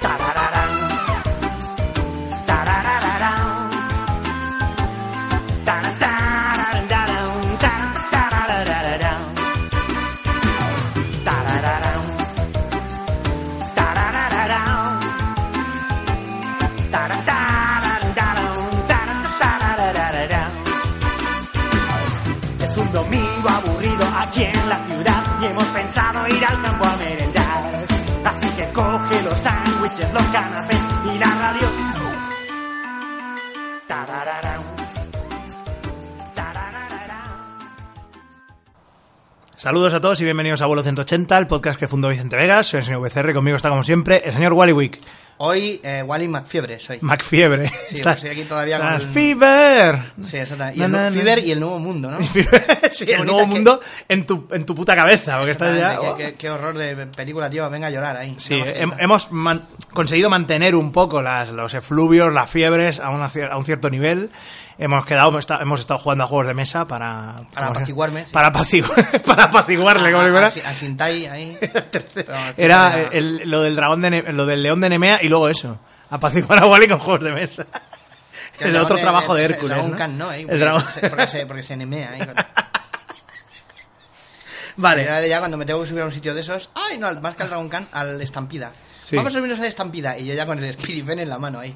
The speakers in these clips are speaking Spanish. Tarararán. Tararararán. Tararararán. Tararararán. Tarararán. Tararararán. Tararararán. Tararararán. Es un domingo aburrido aquí en la ciudad y hemos pensado ir al campo a merendar. Así que coge los sándwiches, los canapés y la radio. Tarararán. Tararararán. Saludos a todos y bienvenidos a Vuelo 180, el podcast que fundó Vicente Vegas. Soy el señor BCR y conmigo está como siempre el señor Wallywick. Hoy eh, Wally McFiebre soy. McFiebre. Sí, Estás- estoy aquí todavía con estás el- Fever. sí, exactamente. Y Na, el nu- na, na. Fever y el Nuevo Mundo, ¿no? sí, Qué el bonita nuevo que- mundo en tu, en tu puta cabeza, porque estás ya... oh. Exactamente, Qué, qué- qué horror de película, tío. Venga a llorar ahí. Sí, No, no, hem- no. hemos man- conseguido mantener un poco las, los efluvios, las fiebres a, una cier- a un cierto nivel. Hemos quedado, hemos esta- hemos estado jugando a juegos de mesa para... Para ¿cómo se- apaciguarme, sí. Ah, Para, apacigu- para apaciguarle, como A- si a, fuera. a Sin- a Sintai ahí. Pero, Era tío, el- lo del dragón de Ne- lo del león de Nemea y luego eso. Apaciguar a Wally con juegos de mesa. que El otro dragón trabajo de el- El Hércules. dragón ¿no? Khan, ¿no? Ahí, El dragón. porque, se- porque se, porque se enemea ahí. Vale. Ya, ya cuando me tengo que subir a un sitio de esos. Ay, no, al- más que al Dragon Khan, al Estampida. Sí. Vamos a subirnos a la Estampida. Y yo ya con el Speedy Fen en la mano ahí.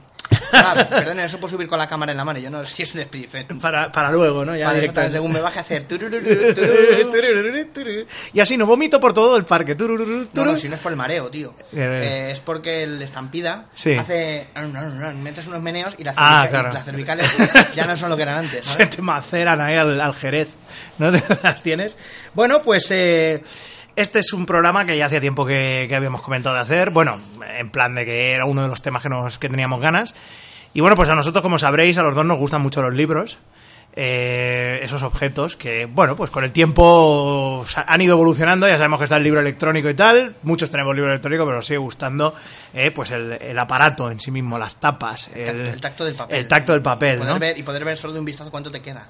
Ah, perdón, eso puedo subir con la cámara en la mano. Yo no, si es un Speedy Fen. Para, para luego, ¿no? Ya Vale, directo. exactamente, según me baje a hacer. tururú, tururú. Y así nos vomito por todo el parque. Tururú, No, tururú. no, si no es por el mareo, tío. Bien, bien. Eh, es porque el estampida Sí. hace. metes unos meneos y las, Ah, cervica- claro. las cervicales ya no son lo que eran antes. Se ¿sabes? te maceran ahí al, al jerez. ¿No te las tienes? Bueno, pues eh, este es un programa que ya hacía tiempo que, que habíamos comentado de hacer. Bueno, en plan de que era uno de los temas que, nos, que teníamos ganas. Y bueno, pues a nosotros, como sabréis, a los dos nos gustan mucho los libros. eh, esos objetos que, bueno, pues con el tiempo sa- han ido evolucionando. Ya sabemos que está el libro electrónico y tal. Muchos tenemos libro electrónico, pero nos sigue gustando eh, pues el, el aparato en sí mismo, las tapas. El, tacto del papel. El tacto del papel, Y poder ¿no? ver- y poder ver solo de un vistazo cuánto te queda.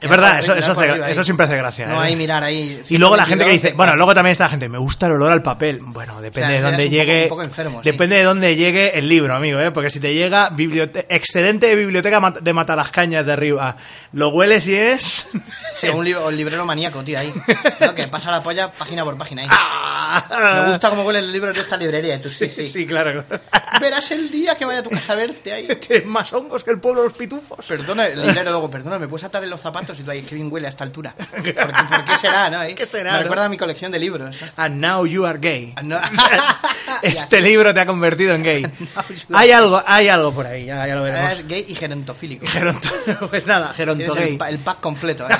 Es verdad, eso, Mirar eso, por hace- arriba ahí. eso siempre hace gracia. No ¿eh? hay mirar ahí. Y luego la gente que dice, 122, bueno, luego también está la gente, me gusta el olor al papel. Bueno, depende O sea, de eres dónde un poco- llegue. un poco enfermo, sí. depende de dónde llegue el libro, amigo, ¿eh? Porque si te llega bibliote- excedente de biblioteca mat- de Matalascañas de arriba, lo hueles y es. Sí, un, libro, un librero maníaco, tío, ahí. ¿No? Que pasa la polla página por página ahí. Me Me gusta cómo huele el libro de esta librería. y Tú, sí, sí, Ah. Sí, claro. Verás el día que vaya a tu casa a verte ahí. Tienes más hongos que el pueblo de los pitufos. Perdona, el librero luego, perdona, ¿me puedes atar en los zapatos? Y tú ahí, qué bien huele a esta altura. ¿Por, qué- por qué será, no? eh? ¿Qué será, Me no? recuerda a mi colección de libros. ¿no? And now you are gay. No. Este libro te ha convertido en gay. you Eh, Hay algo, hay algo por ahí, ya, ya lo Ahora veremos. es gay y gerontofílico. Geronto- pues nada, geronto Tienes gay. el, pa- el pack completo. ¿eh?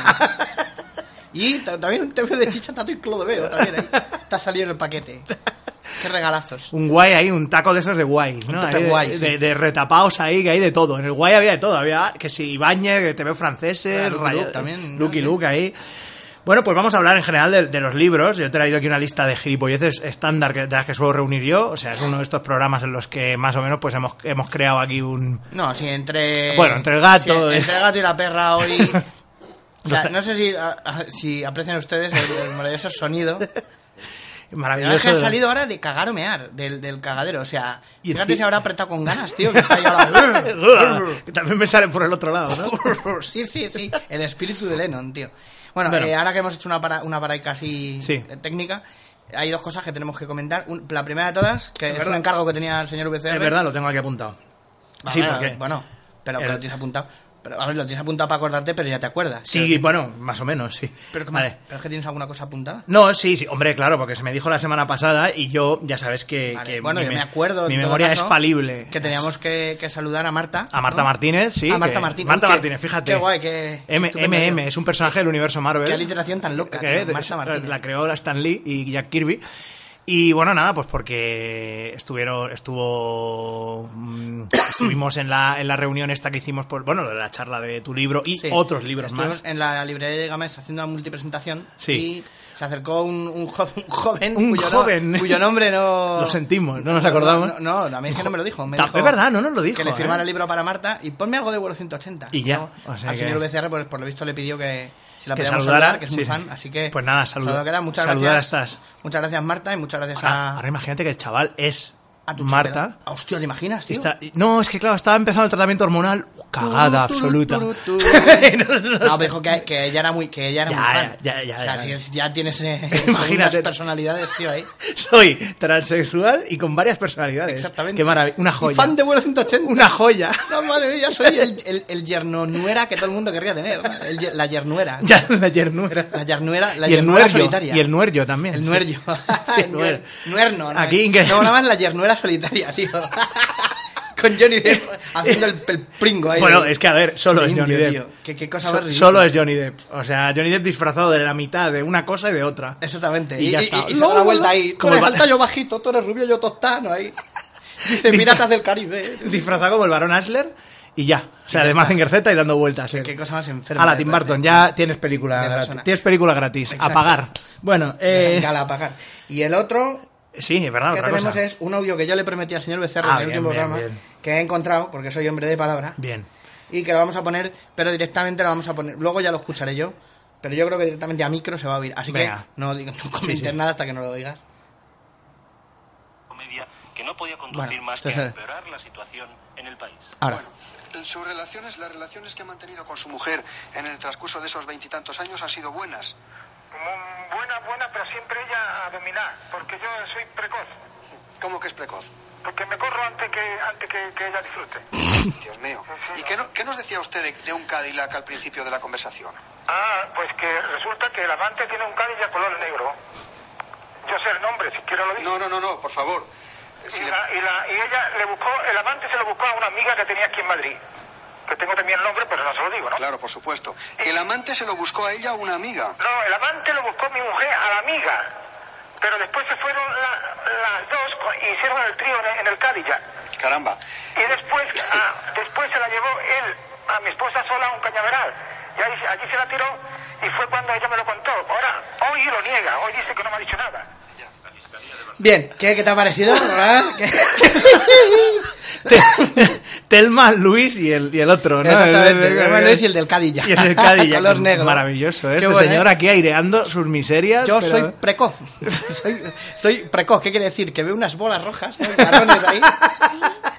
y ta- también un veo de chicha, tato y clodoveo también ahí. Te ha salido en el paquete. Qué regalazos. Un guay ahí, un taco de esos de guay, ¿no? taco Ahí de, guay, de, sí. de retapaos ahí, que hay de todo. En el guay había de todo. Había que si Ibañez, que te veo franceses, Ah, Lucky Raya- Luke también, ¿no? Lucky Sí. Luke ahí. Bueno, pues vamos a hablar en general de, de los libros. Yo he traído aquí una lista de gilipolleces estándar que, de las que suelo reunir yo. O sea, es uno de estos programas en los que más o menos pues hemos, hemos creado aquí un... No, si entre. Bueno, entre el gato, si eh. entre el gato y la perra hoy. O sea, Los ta- no sé si, a- a- si aprecian ustedes el- el maravilloso sonido. Pero Maravilloso. es que ha salido ahora de cagar o mear, del, del cagadero. O sea, Y fíjate enci- si habrá apretado con ganas, tío, que está ahí ahora. que también me sale por el otro lado, ¿no? sí, sí, sí. El espíritu de Lennon, tío. Bueno, Bueno. eh, ahora que hemos hecho una, para, una paraica así Sí. eh, técnica, hay dos cosas que tenemos que comentar. Un- la primera de todas, que es, un verdad. encargo que tenía el señor VCR. Es verdad, lo tengo aquí apuntado. Vale, Sí, porque... Bueno, pero que El- lo tienes apuntado. Pero, a ver, lo tienes apuntado para acordarte, pero ya te acuerdas. Sí, Pero- bueno, más o menos, sí. Pero, ¿qué más? Vale. ¿Pero es que tienes alguna cosa apuntada? No, sí, sí, hombre, claro, porque se me dijo la semana pasada y yo, ya sabes que. Vale, Eh, que bueno, mi yo me- me acuerdo. Mi en todo memoria caso, es falible. Que teníamos que, que saludar a Marta. A Marta ¿no? Martínez, sí. A Marta que- Martínez. Marta qué- Martínez, fíjate. Qué guay, qué. qué M- estupendo, MM, tío. es un personaje del universo Marvel. Qué literación tan loca. que tío, es- Marta Martínez. La creó la Stan Lee y Jack Kirby. Y bueno, nada, pues porque estuvieron, estuvo, mm, estuvimos en la, en la reunión esta que hicimos por, bueno, la charla de tu libro y Sí. otros libros Estuvimos más. En la librería de Gamés haciendo una multipresentación. Sí. Y se acercó un, un, jo- un joven. Un cuyo no- joven. cuyo nombre no. Lo sentimos, no nos acordamos. No, no, no, a mí es que no me lo dijo. Me Ta- dijo es verdad, no nos lo dijo, Que le ¿eh? firmara el libro para Marta y ponme algo de Euro 180. Y ya, ¿no? o sea Al que- señor VCR, pues, por lo visto, le pidió que. Si la Que podíamos saludara, saludar, que es muy sí. fan, así que. Pues nada, saluda- saludo queda. Muchas saludar gracias. a estas. Muchas gracias, Marta, y muchas gracias Ahora, a. ahora imagínate que el chaval es Ah. a tu chavala. Marta. Ah, Hostia, ¿te imaginas, tío? Está- no, es que claro, estaba empezando el tratamiento hormonal. uh, Cagada Turu, absoluta. turu, turu. No, me dijo que, que ella era muy, que ella era Ya, muy fan. ya, ya, o sea, ya. si es- ya tienes eh, Imagínate. segundas personalidades, tío, ahí. Soy transexual y con varias personalidades. Exactamente. Qué maravilla. Una Y joya. fan de vuelo 180. Una joya. No, madre mía, soy el, el, el yernonuera que todo el mundo querría tener. ¿no? El ye- la yernuera. Ya, la yernuera. La yernuera, la y el yernuera nueryo. solitaria. Y el nueryo también. El nueryo. El nuer- nuer- Nuerno. ¿no? Aquí, que- No, nada más la yernuera solitaria, tío. Con Johnny Depp haciendo el, el pringo ahí. Bueno, es que a ver, solo es Indio, Johnny Depp. tío. Qué- qué cosa So- más ridícula. solo es Johnny Depp. O sea, Johnny Depp disfrazado de la mitad de una cosa y de otra. Exactamente. Y ya está. Y, se da la No, vuelta no, ahí. Tú como eres el ba- alta, yo bajito, tú eres rubio, yo tostano ahí. Dice- Dice, piratas del Caribe. Disfrazado como el varón Asler y ya. O sea, de Mazinger Z y dando vueltas. eh. Qué cosa más enferma. Hala, de- Tim de- Burton, ya tienes película de gratis. persona. Tienes película gratis. A Exacto. pagar. Bueno, de- eh, gala a pagar. Y el otro sí, es verdad, que Ah, otra tenemos cosa. es un audio que yo le prometí al señor Becerra Ah, en el bien, último bien, programa. bien. Que he encontrado, porque soy hombre de palabra. Bien. Y que lo vamos a poner, pero directamente lo vamos a poner. Luego ya lo escucharé yo. Pero yo creo que directamente a micro se va a oír. Así Venga. que no, digo- no comentes sí. nada hasta que no lo oigas. comedia que no podía conducir Bueno, más que a entonces- empeorar la situación en el país. Ahora. Bueno, sus relaciones, las relaciones que ha mantenido con su mujer en el transcurso de esos veintitantos años han sido buenas. Mm, Buena, buena, pero siempre ella a dominar, porque yo soy precoz, ¿Cómo que es precoz? porque me corro antes que antes que, que ella disfrute. Dios mío. ¿Y qué, no- qué nos decía usted de, de un Cadillac al principio de la conversación? Ah, pues que resulta que el amante tiene un Cadillac color negro. Yo sé el nombre, si quiero lo digo. No, no, no, no, por favor. Si y, le- la, y, la- y ella le buscó, el amante se lo buscó a una amiga que tenía aquí en Madrid, que tengo también el nombre, pero no se lo digo, ¿no? Claro, por supuesto. Que el amante se lo buscó a ella una amiga. No, el amante lo buscó mi mujer a la amiga, pero después se fueron la- las dos co- e hicieron el trío en el- en el Cadillac. Caramba. Y después, a- después se la llevó él, a mi esposa sola, a un cañaveral. Y ahí, allí se la tiró y fue cuando ella me lo contó. Ahora, hoy lo niega, hoy dice que no me ha dicho nada. Bien, ¿qué, qué te ha parecido? ¿Verdad? ¿Qué? Te- Telma, Luis y el, y el otro, ¿no? Exactamente, Telma, Luis y el del Cadillac. Y el del Cadillac. Color negro. Maravilloso, ¿eh? Qué este bueno, señor ¿eh? aquí aireando sus miserias. Yo pero- soy precoz. soy, soy precoz, ¿qué quiere decir? Que veo unas bolas rojas, ¿no? Marrones ahí.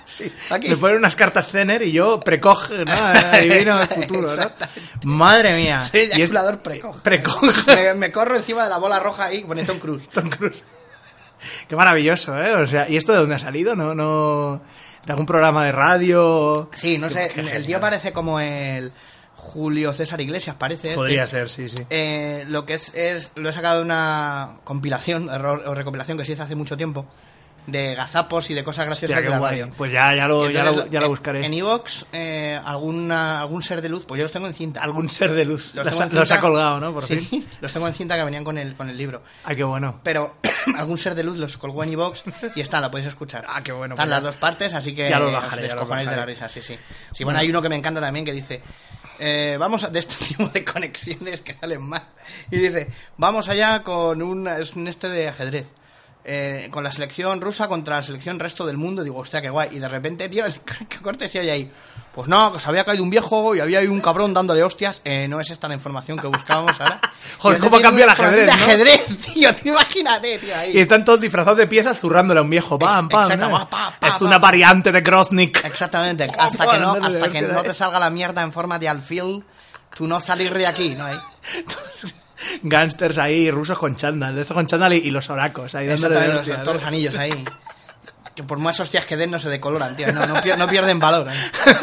Sí, aquí. me ponen unas cartas Zener y yo precoge, ¿no? Adivino el futuro, ¿no? Exactamente. Madre mía. Soy Y es- eyaculador precoz. Precoz. Me, me corro encima de la bola roja ahí, con Tom Cruise. Tom Cruise. Qué maravilloso, ¿eh? O sea, ¿y esto de dónde ha salido? ¿No? no ¿De algún programa de radio? Sí, no sé, Qué- qué el genial. tío parece como el Julio César Iglesias, parece. este. Podría ser, sí, sí. Eh, lo que es, es, lo he sacado de una compilación, error- o recopilación que se hizo hace mucho tiempo, de gazapos y de cosas graciosas Hostia, de qué la guay. radio. Pues ya, ya, lo, Y ya, entonces lo, lo- ya lo en- buscaré. En Evox, alguna, algún ser de luz, pues yo los tengo en cinta. Algún ser de luz. Los, Los, tengo en los cinta- ha colgado, ¿no? Por Sí, fin. Los tengo en cinta que venían con el, con el libro. Ay, qué bueno. Pero algún ser de luz los colgó en Evox y está, la podéis escuchar. Ah, qué bueno, Están pues las ya. dos partes, así que Ya lo os bajaré, ya lo descojonáis de la bajaré. risa, sí, sí. Sí, bueno, hay uno que me encanta también que dice, eh, vamos a, de este tipo de conexiones que salen mal. Y dice, vamos allá con un, es un este de ajedrez. Eh, con la selección rusa contra la selección resto del mundo, digo, hostia, qué guay. Y de repente, tío, el que corte se oye ahí. Pues no, que se había caído un viejo y había ahí un cabrón dándole hostias. Eh, no es esta la información que buscábamos ahora. Joder, Y cómo tiene cambia el una información ajedrez, ¿no? de ajedrez, tío, tú imagínate, tío, ahí. Y están todos disfrazados de piezas zurrándole a un viejo. Pam, Ex- pam, exacto, ¿no? va, pa, pa, es pa, una pa. variante de Krosnik. Exactamente, hasta que no, Dándole hasta que hostias, no eh. te salga la mierda en forma de alfil, tú no salir de aquí, ¿no? Ahí. Gangsters ahí, rusos con chándal. De esos con chándal y, y los oracos. Ahí dándole de Exactamente, hostia, los- ¿no? todos los anillos ahí. Que por más hostias que den no se decoloran, tío. No, no pier- no pierden valor. ¿eh?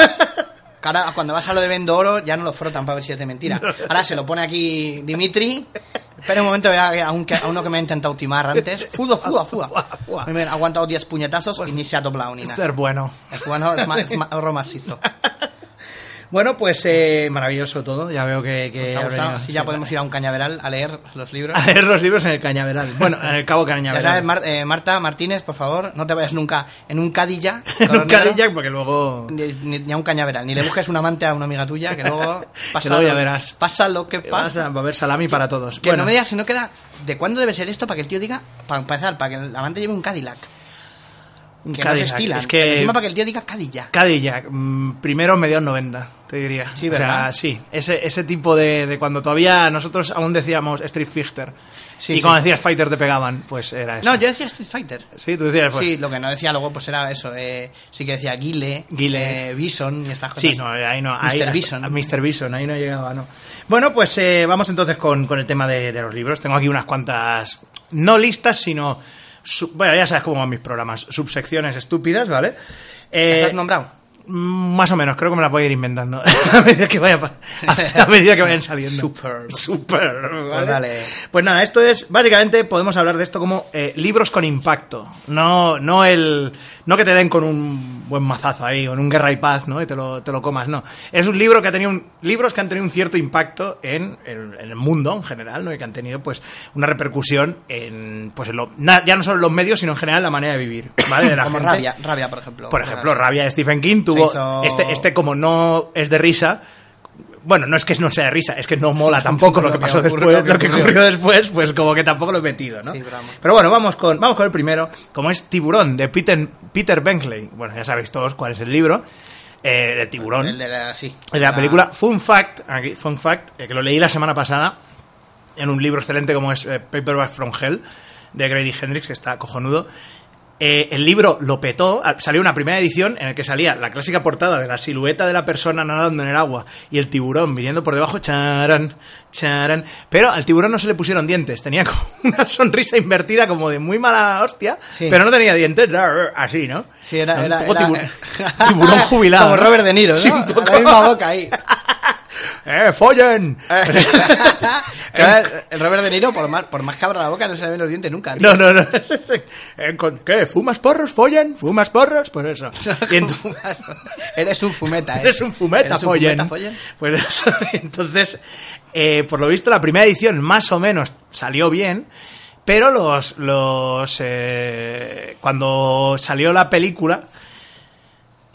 Que Ahora, cuando vas a lo de Vendo Oro, ya no lo frotan para ver si es de mentira. Ahora se lo pone aquí Dimitri. Espera un momento, vea que a, un que- a uno que me ha intentado timar antes. Fudo, fuda, fuda. Fuda. Me ha aguantado 10 puñetazos y ni se ha doblado ni nada. Pues Ser bueno. Es bueno, es, ma- es ma- oro macizo. Bueno, pues eh, maravilloso todo. Ya veo que. que ¿Te ha ha gustado? venido- Así ya podemos ir a un cañaveral a leer los libros. a leer los libros en el Cañaveral. Bueno, en el Cabo Ya Cañaveral. sabes, Mar- eh, Marta Martínez, por favor, no te vayas nunca en un Cadilla. en color un negro, Cadillac, porque luego. Ni, ni- ni a un cañaveral, ni le busques un amante a una amiga tuya, que luego pasa, luego ya lo, verás. pasa lo que vas a- pasa. Va a haber salami para todos. Que bueno, no me digas si no queda. ¿De cuándo debe ser esto para que el tío diga, para empezar, para que el amante lleve un Cadillac? un Que no se Cadillac. estilan. Es que. pero encima para que el tío diga Cadillac. Cadillac, mm, primero mediados 90, te diría. Sí, O sea, ¿verdad? sí, ese, ese tipo de, de cuando todavía nosotros aún decíamos Street Fighter. Sí, y sí. cuando decías Fighter te pegaban, pues era eso. No, yo decía Street Fighter. Sí, tú decías pues, Sí, lo que no decía luego pues era eso. eh, sí que decía Guile, Guile. eh, Bison y estas cosas. Sí, no, ahí no. ahí- Mr. Bison. a Mr. Bison, ahí no llegaba, no. Bueno, pues eh, vamos entonces con, con el tema de, de los libros. Tengo aquí unas cuantas, no listas, sino... sub- bueno, ya sabes cómo van mis programas. Subsecciones estúpidas, ¿vale? Eh, ¿Las has nombrado? Mm, Más o menos, creo que me las voy a ir inventando a medida que, vaya pa- a, a medida que vayan saliendo. Super. Super. ¿vale? Pues dale. Pues nada, esto es, básicamente podemos hablar de esto como eh, libros con impacto. No, no el. No que te den con un buen mazazo ahí, con un guerra y paz, ¿no? Y te lo, te lo comas, no. Es un libro que ha tenido un- libros que han tenido un cierto impacto en, el- en el mundo en general, ¿no? Y que han tenido pues una repercusión en. Pues en lo- na- ya no solo en los medios, sino en general en la manera de vivir. ¿Vale? De la Como gente. Rabia, Rabia, por ejemplo. Por ejemplo, Rabia de Stephen King Se tuvo hizo- este, este como no es de risa. Bueno, no es que no sea de risa, es que no mola tampoco lo, Lo que que pasó ocurre- después, lo que lo que ocurrió. ocurrió después, pues como que tampoco lo he metido, ¿no? Sí, pero vamos. Pero bueno, vamos con, vamos con el primero, como es Tiburón, de Peter, Peter Benkley. Bueno, ya sabéis todos cuál es el libro, eh, de Tiburón. El de la, sí. De la película Fun Fact, aquí, Fun Fact, eh, que lo leí la semana pasada en un libro excelente como es eh, Paperback from Hell de Grady Hendrix, que está cojonudo. Eh, el libro lo petó, al- salió una primera edición en la que salía la clásica portada de la silueta de la persona nadando en el agua y el tiburón viniendo por debajo, charán, charán. Pero al tiburón no se le pusieron dientes, tenía como una sonrisa invertida como de muy mala hostia, Sí. pero no tenía dientes, así, ¿no? Sí, era, Un era, poco era- tiburón- tiburón jubilado. Como ¿no? Robert De Niro, ¿no? Sí, un poco. A la misma boca ahí. ¡Eh, follen! Que ahora el Robert De Niro, por más, por más cabra la boca, no se le ven los dientes nunca. tío. No, no, no. sí, sí. Eh, con- ¿Qué? ¿Fumas porros? ¿Follan? ¿Fumas porros? Pues eso. Y entonces, Eres un fumeta, ¿eh? eres un fumeta, Eres un follen. fumeta, follen. Pues eso. Entonces, eh, por lo visto, la primera edición más o menos salió bien. Pero los. los eh, cuando salió la película.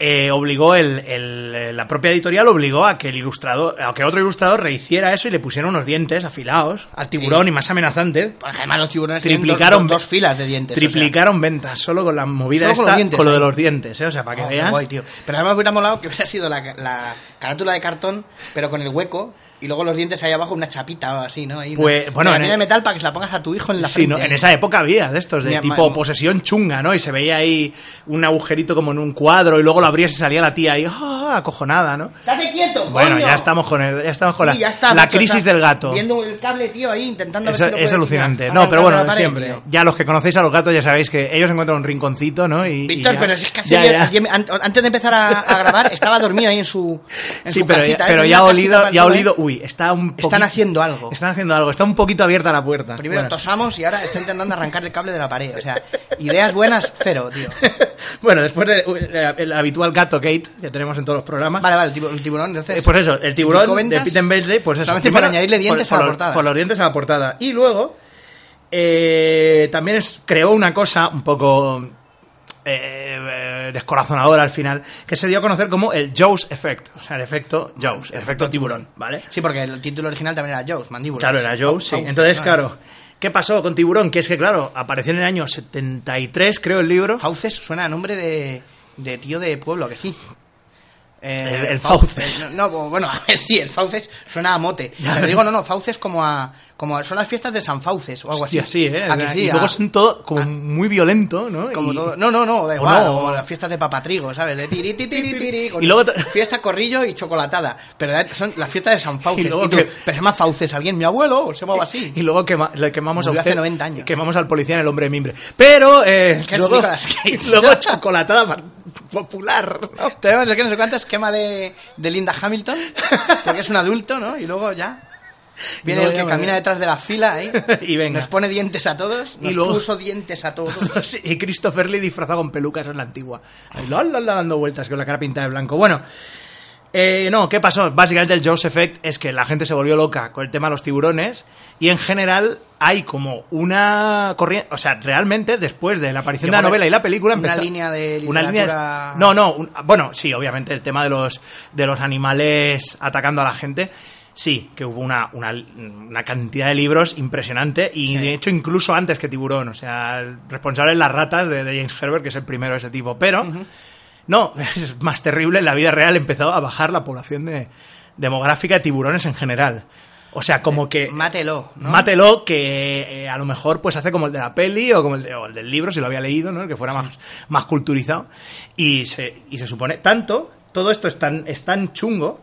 eh, obligó el, el- eh, la propia editorial obligó a que el ilustrador a que otro ilustrador rehiciera eso y le pusieron unos dientes afilados al tiburón Sí. y más amenazantes Porque además los tiburones triplicaron triplicaron dos, filas de dientes. o sea. triplicaron ventas solo con la movida Solo con esta los dientes, con lo de ahí. los dientes ¿eh? o sea para que Oh, qué veas guay, tío. Pero además hubiera molado que hubiera sido la, la carátula de cartón, pero con el hueco. Y luego los dientes ahí abajo, una chapita o así, ¿no? Ahí una- Pues, bueno, una en línea el- de metal para que se la pongas a tu hijo en la Sí, ¿no? frente. ¿eh? en esa época había de estos de Mira, tipo ma- posesión chunga no y se veía ahí un agujerito como en un cuadro y luego lo abrías y salía la tía ahí ah, acojonada no ¡Estate quieto, bueno coño! ya estamos con el, ya estamos Sí, con la, ya está, la macho, crisis está del gato Viendo el cable, tío, ahí intentando es, ver si lo es puede alucinante. tirar. No, pero Arrancarlo a bueno, la pared, siempre. tío. Ya los que conocéis a los gatos ya sabéis que ellos encuentran un rinconcito, ¿no? Y, y Víctor, ya- pero si es que hace ya, diez- ya. diez- an- antes de empezar a, a grabar estaba dormido ahí en su, en Sí, su pero, casita. ya, pero Esa ya ha es una casita olido, para ya ha todo, ¿eh? olido. Uy, está un Están poquito- haciendo algo. Están haciendo algo, está un poquito abierta la puerta. Primero bueno. tosamos y ahora está intentando arrancar el cable de la pared. O sea, ideas buenas, cero, tío. bueno, después del habitual gato gate que tenemos en todos los programas. Vale, vale, el tibu- el tiburón, entonces... Eh, pues eso, el ¿Cinco tiburón de ventas? Peter Bailey, pues eso. Solamente primero, para añadirle dientes por- a la por los- portada. Por los dientes a la portada. Y luego, eh, también es- creó una cosa un poco eh, eh, descorazonadora al final, que se dio a conocer como el Jaws Effect. O sea, el efecto Jaws, el efecto tiburón, ¿vale? Sí, porque el título original también era Jaws, mandíbula. eh? Claro, era Joe, sí. Entonces, claro, ¿qué pasó con Tiburón? Que es que, claro, apareció en el año 73, creo, el libro. Fauces suena a nombre de, de tío de pueblo, que sí. Eh, El- el Fau- Fauces. eh, No, no, bueno, a ver, sí, el Fauces suena a mote. Pero digo, no, no, Fauces como a, como a- Son las fiestas de San Fauces o algo Hostia, así. sí, ¿eh? ¿A que sí? y A- luego son todo como a- muy violento, ¿no? como Y- todo- no, no, no, da o igual, no, como o- las fiestas de papatrigo, ¿sabes? De tiri, tiri, tiri, tiri, con Y luego ta- fiesta corrillo y chocolatada. Pero la- son las fiestas de San Fauces. Y luego Y tú, que- Pero se llama Fauces alguien, mi abuelo, o se llamaba así. Y luego quema- le quemamos a Murió usted, hace 90 años. Quemamos al policía en el hombre de mimbre. Pero eh, ¿Qué es luego, Nicolas Cage? luego chocolatada pa- popular. ¿no? Oh, Tenemos no sé qué, no sé cuánto esquema de, de Linda Hamilton, porque es un adulto, ¿no? Y luego ya. Viene No, el ya que me camina veo. detrás de la fila ahí. Y venga. Nos pone dientes a todos. Y Nos luego- puso dientes a todos. Sí, y Christopher Lee disfrazado con peluca, esa es la antigua. Ahí, la, la, la, dando vueltas con la cara pintada de blanco. Bueno, eh, no, ¿qué pasó? Básicamente el Jaws Effect es que la gente se volvió loca con el tema de los tiburones y en general hay como una corriente, o sea, realmente después de la aparición de la Llegó a ver novela y la película una empezó- línea de una línea de- literatura- no, no, un- bueno, sí, obviamente el tema de los de los animales atacando a la gente. Sí, que hubo una, una, una cantidad de libros impresionante y de hecho incluso antes que Tiburón, o sea, el responsable es Las ratas de, de James Herbert, que es el primero de ese tipo, pero no, es más terrible, en la vida real empezó a bajar la población de, demográfica de tiburones en general. O sea, como que... Mátelo, ¿no? Mátelo, que eh, a lo mejor pues hace como el de la peli o como el, de- o el del libro, si lo había leído, ¿no? El que fuera más, más culturizado. Y se, y se supone, tanto, todo esto es tan, es tan chungo.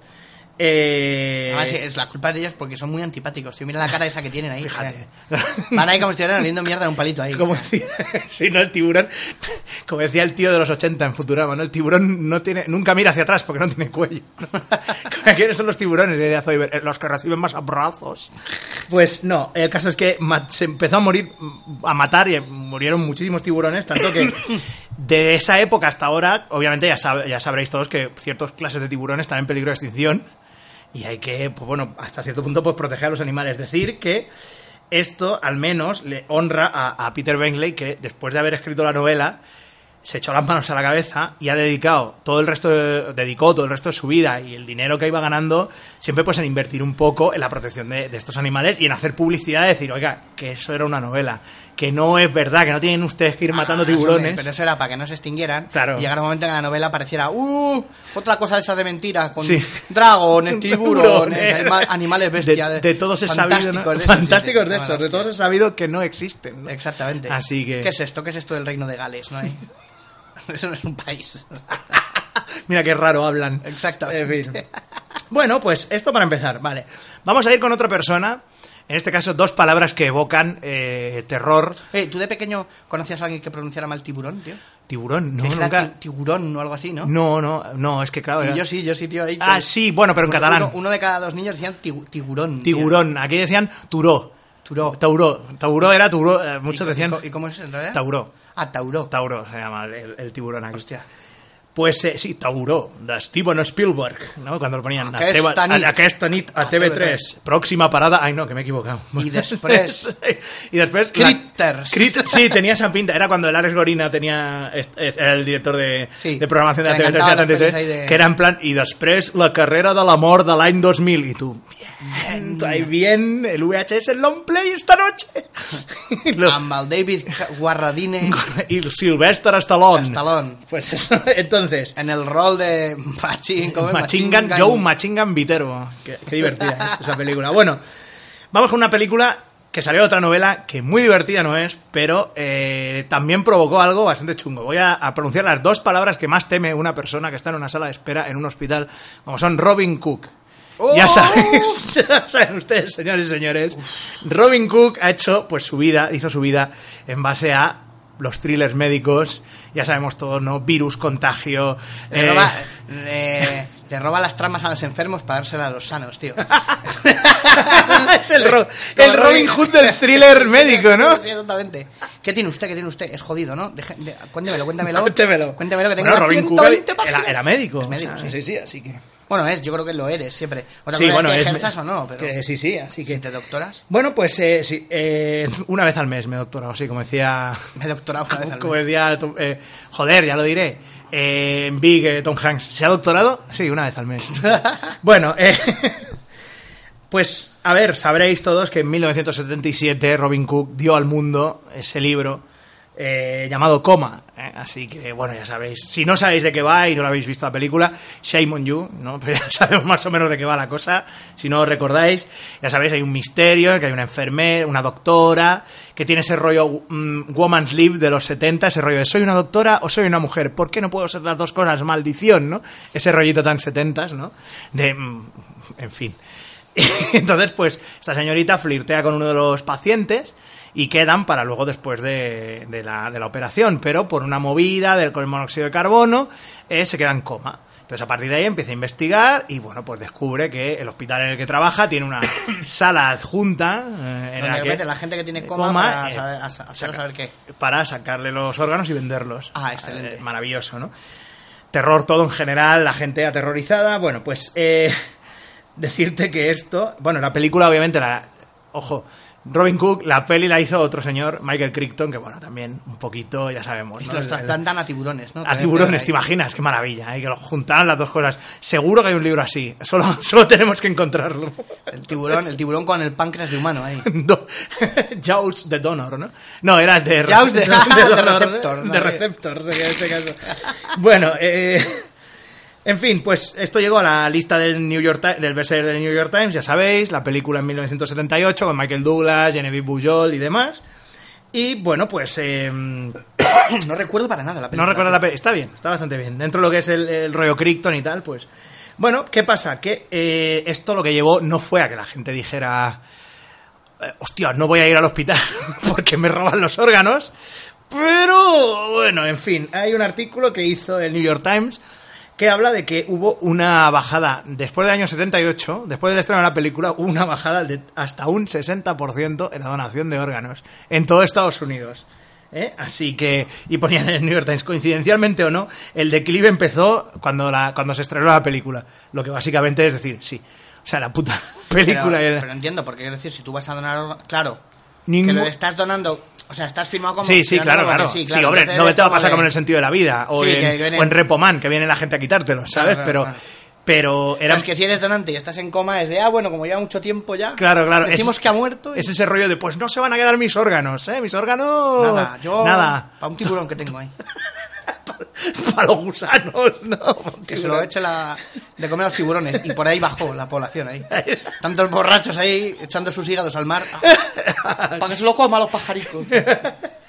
eh, Además, es la culpa de ellos porque son muy antipáticos. Tío, mira la cara esa que tienen ahí. Fíjate. Van ahí como si estuvieran oliendo mierda en un palito ahí. Como si, si no el tiburón, como decía el tío de los 80 en Futurama, ¿no? El tiburón no tiene, nunca mira hacia atrás porque no tiene cuello. ¿Quiénes son los tiburones de Azoiber? Eh, Los que reciben más abrazos. Pues no, el caso es que ma- se empezó a morir, a matar y murieron muchísimos tiburones, tanto que de esa época hasta ahora, obviamente ya, sab- ya sabréis todos que ciertos clases de tiburones están en peligro de extinción y hay que, pues bueno, hasta cierto punto, pues proteger a los animales. Es decir, que esto al menos le honra a, a Peter Bengley, que después de haber escrito la novela, se echó las manos a la cabeza y ha dedicado todo el resto, de- dedicó todo el resto de su vida y el dinero que iba ganando, siempre pues en invertir un poco en la protección de, de estos animales y en hacer publicidad, de decir, oiga, que eso era una novela, que no es verdad, que no tienen ustedes que ir Ah, matando eso me- tiburones. pero eso era para que no se extinguieran. Claro. Y llegara un momento en que la novela apareciera, ¡uh! Otra cosa de esas de mentiras, con Sí. dragones, tiburones, Tiburones. anima- animales bestias. De, de todos es sabido. ¿no? fantásticos de esos, Ah, Fantásticos sí, sí, de sí, esos. De sí. todos es sabido que no existen. ¿no? Exactamente. Así que. ¿Qué es esto? ¿Qué es esto del reino de Gales? ¿no? hay? Eso no es un país. Mira qué raro hablan. Exactamente. En fin. Bueno, pues esto para empezar. Vale. Vamos a ir con otra persona. En este caso, dos palabras que evocan eh, terror. Eh, ¿Tú de pequeño conocías a alguien que pronunciara mal tiburón, tío? Tiburón, no, Que dijera nunca. ti- tiburón o algo así, ¿no? No, no, no, es que claro. Y era- yo sí, yo sí, tío. Ahí, Ah, sí, bueno, pero en Uno- catalán. Uno, uno de cada dos niños decían tibu- tiburón. tío. Tiburón. Aquí decían turó. Turó. Tauró. Tauró era turó. eh, ¿Y Muchos co- y decían co- ¿Y cómo es en realidad? tauró. Ah, Tauro. Tauro se llama el, el tiburón aquí. Hostia. Pues eh, sí, Tauro, de Steven Spielberg, ¿no? Cuando lo ponían a, Aquesta Teva- a- nit. Ah, aquesta nit a A TV3. Próxima parada... Ai, no, que me he equivocado. I després- I després... Critters. Crit- sí, tenía esa pinta. Era cuando el Alex Gorina tenía... est- est- Era el director de, Sí. de programación de Que le TV3 encantaban de las 33, pelis ahí de- que era en plan... Y després la carrera de la mort de l'any 2000. Y tú... Bien, ahí bien, el VHS en long play esta noche. Y lo- Amb el David Ca- Guarradine y Sylvester Stallone. Stallone. Pues eso, entonces... en el rol de Machin, ¿cómo es? Machingan, Machingan. Joe Machingan Viterbo. Qué, qué divertida es esa película. Bueno, vamos con una película que salió de otra novela, que muy divertida no es, pero eh, también provocó algo bastante chungo. Voy a, a pronunciar las dos palabras que más teme una persona que está en una sala de espera en un hospital, como son Robin Cook. Ya ¡Oh! sabéis, ya saben ustedes, señores y señores, Robin Cook ha hecho pues su vida, hizo su vida en base a los thrillers médicos, ya sabemos todo, ¿no? Virus, contagio, Le, eh, roba, le- le roba las tramas a los enfermos para dárselas a los sanos, tío. es el, Ro- Como el Robin Robin- Hood del thriller médico, ¿no? Sí, exactamente. ¿Qué tiene usted? ¿Qué tiene usted? Es jodido, ¿no? Deje- de- cuéntemelo, cuéntemelo. Cuéntemelo. Cuéntemelo que tengo Bueno, Robin Cook 120 era- era, páginas. era médico. Es médico, o sea, sí, sí. sí, así que. Bueno, es, yo creo que lo eres siempre. Otra Sí, cosa bueno, es que es- ejerzas o no, pero que sí, sí, así que. si te doctoras, Bueno, pues eh, sí, eh, una vez al mes me he doctorado, sí, como decía. me he doctorado una vez al Como mes. decía. Tom- eh, joder, ya lo diré. Eh, en Big, eh, Tom Hanks. ¿Se ha doctorado? Sí, una vez al mes. bueno, eh, pues a ver, sabréis todos que en 1977 Robin Cook dio al mundo ese libro eh, llamado Coma. ¿eh? Así que, bueno, ya sabéis. Si no sabéis de qué va y no lo habéis visto la película, Shame on You, ¿no? Pero ya sabemos más o menos de qué va la cosa. Si no os recordáis, ya sabéis, hay un misterio, en el que hay una enfermera, una doctora, que tiene ese rollo mm, Woman's Live de los 70, ese rollo de soy una doctora o soy una mujer. ¿Por qué no puedo ser las dos cosas? Maldición, ¿no? Ese rollito tan 70, ¿no? De, mm, en fin. Entonces, pues, esta señorita flirtea con uno de los pacientes y quedan para luego después de, de la, de la operación, pero por una movida del, con el monóxido de carbono eh, se queda en coma. Entonces a partir de ahí empieza a investigar y bueno, pues descubre que el hospital en el que trabaja tiene una sala adjunta eh, en Donde la que- eh, meten la gente que tiene coma para saber- a- a- hacer saca- saber qué. Para sacarle los órganos y venderlos. Ah, excelente. Eh, maravilloso, ¿no? Terror todo en general, la gente aterrorizada. Bueno, pues eh, decirte que esto... Bueno, la película obviamente la... Ojo, Robin Cook, la peli la hizo otro señor, Michael Crichton, que bueno, también un poquito, ya sabemos. Y ¿no? se los El- trasplantan a tiburones, ¿no? a También tiburones, ahí. ¿te imaginas? Qué maravilla, ¿eh? que lo juntaran las dos cosas. Seguro que hay un libro así, solo, solo tenemos que encontrarlo. El tiburón, el tiburón con el páncreas de humano ahí. Do- Jaws de Donor, ¿no? No, era de, re- Jaws de- ah, de Receptor, De ¿no? Receptor, sí, en este caso. Bueno, eh, en fin, pues esto llegó a la lista del New York Ti- del bestseller del New York Times, ya sabéis, la película en 1978 con Michael Douglas, Genevieve Bujold y demás. Y bueno, pues eh, no No recuerdo para nada la película. recuerdo la pe- está bien, está bastante bien. Dentro de lo que es el, el rollo Crichton y tal, pues bueno, ¿qué pasa? Que eh, esto lo que llevó no fue a que la gente dijera eh, hostia, no voy a ir al hospital porque me roban los órganos. Pero, bueno, en fin, hay un artículo que hizo el New York Times que habla de que hubo una bajada, después del año 78, después del estreno de la película, hubo una bajada de hasta un 60% en la donación de órganos en todo Estados Unidos. ¿eh? Así que, y ponían en el New York Times, coincidencialmente o no, el declive empezó cuando, la, cuando se estrenó la película. Lo que básicamente es decir, sí. O sea, la puta película. Pero, era- pero entiendo, porque quiero decir, si tú vas a donar. órgano- Claro. Ningún- Que lo estás donando. O sea, estás firmado como. Sí, sí, claro, dándolo claro. como que Sí, hombre, entonces no me eres te va a como pasar de- como en el sentido de la vida. O, Sí, en, que vienen- o en Repoman, que viene la gente a quitártelo, ¿sabes? Claro, pero, claro, pero Pero era. es que si eres donante y estás en coma, es de, ah, bueno, como lleva mucho tiempo ya. Claro, claro. Decimos es- que ha muerto. y- Es ese rollo de, pues no se van a quedar mis órganos, ¿eh? Mis órganos. Nada, yo. Nada. Para un tiburón que tengo ahí. Para los gusanos, ¿no? Que se lo eche la, de comer a los tiburones. Y por ahí bajó la población ahí. Tantos borrachos ahí echando sus hígados al mar. para que se lo coma a los pajaricos.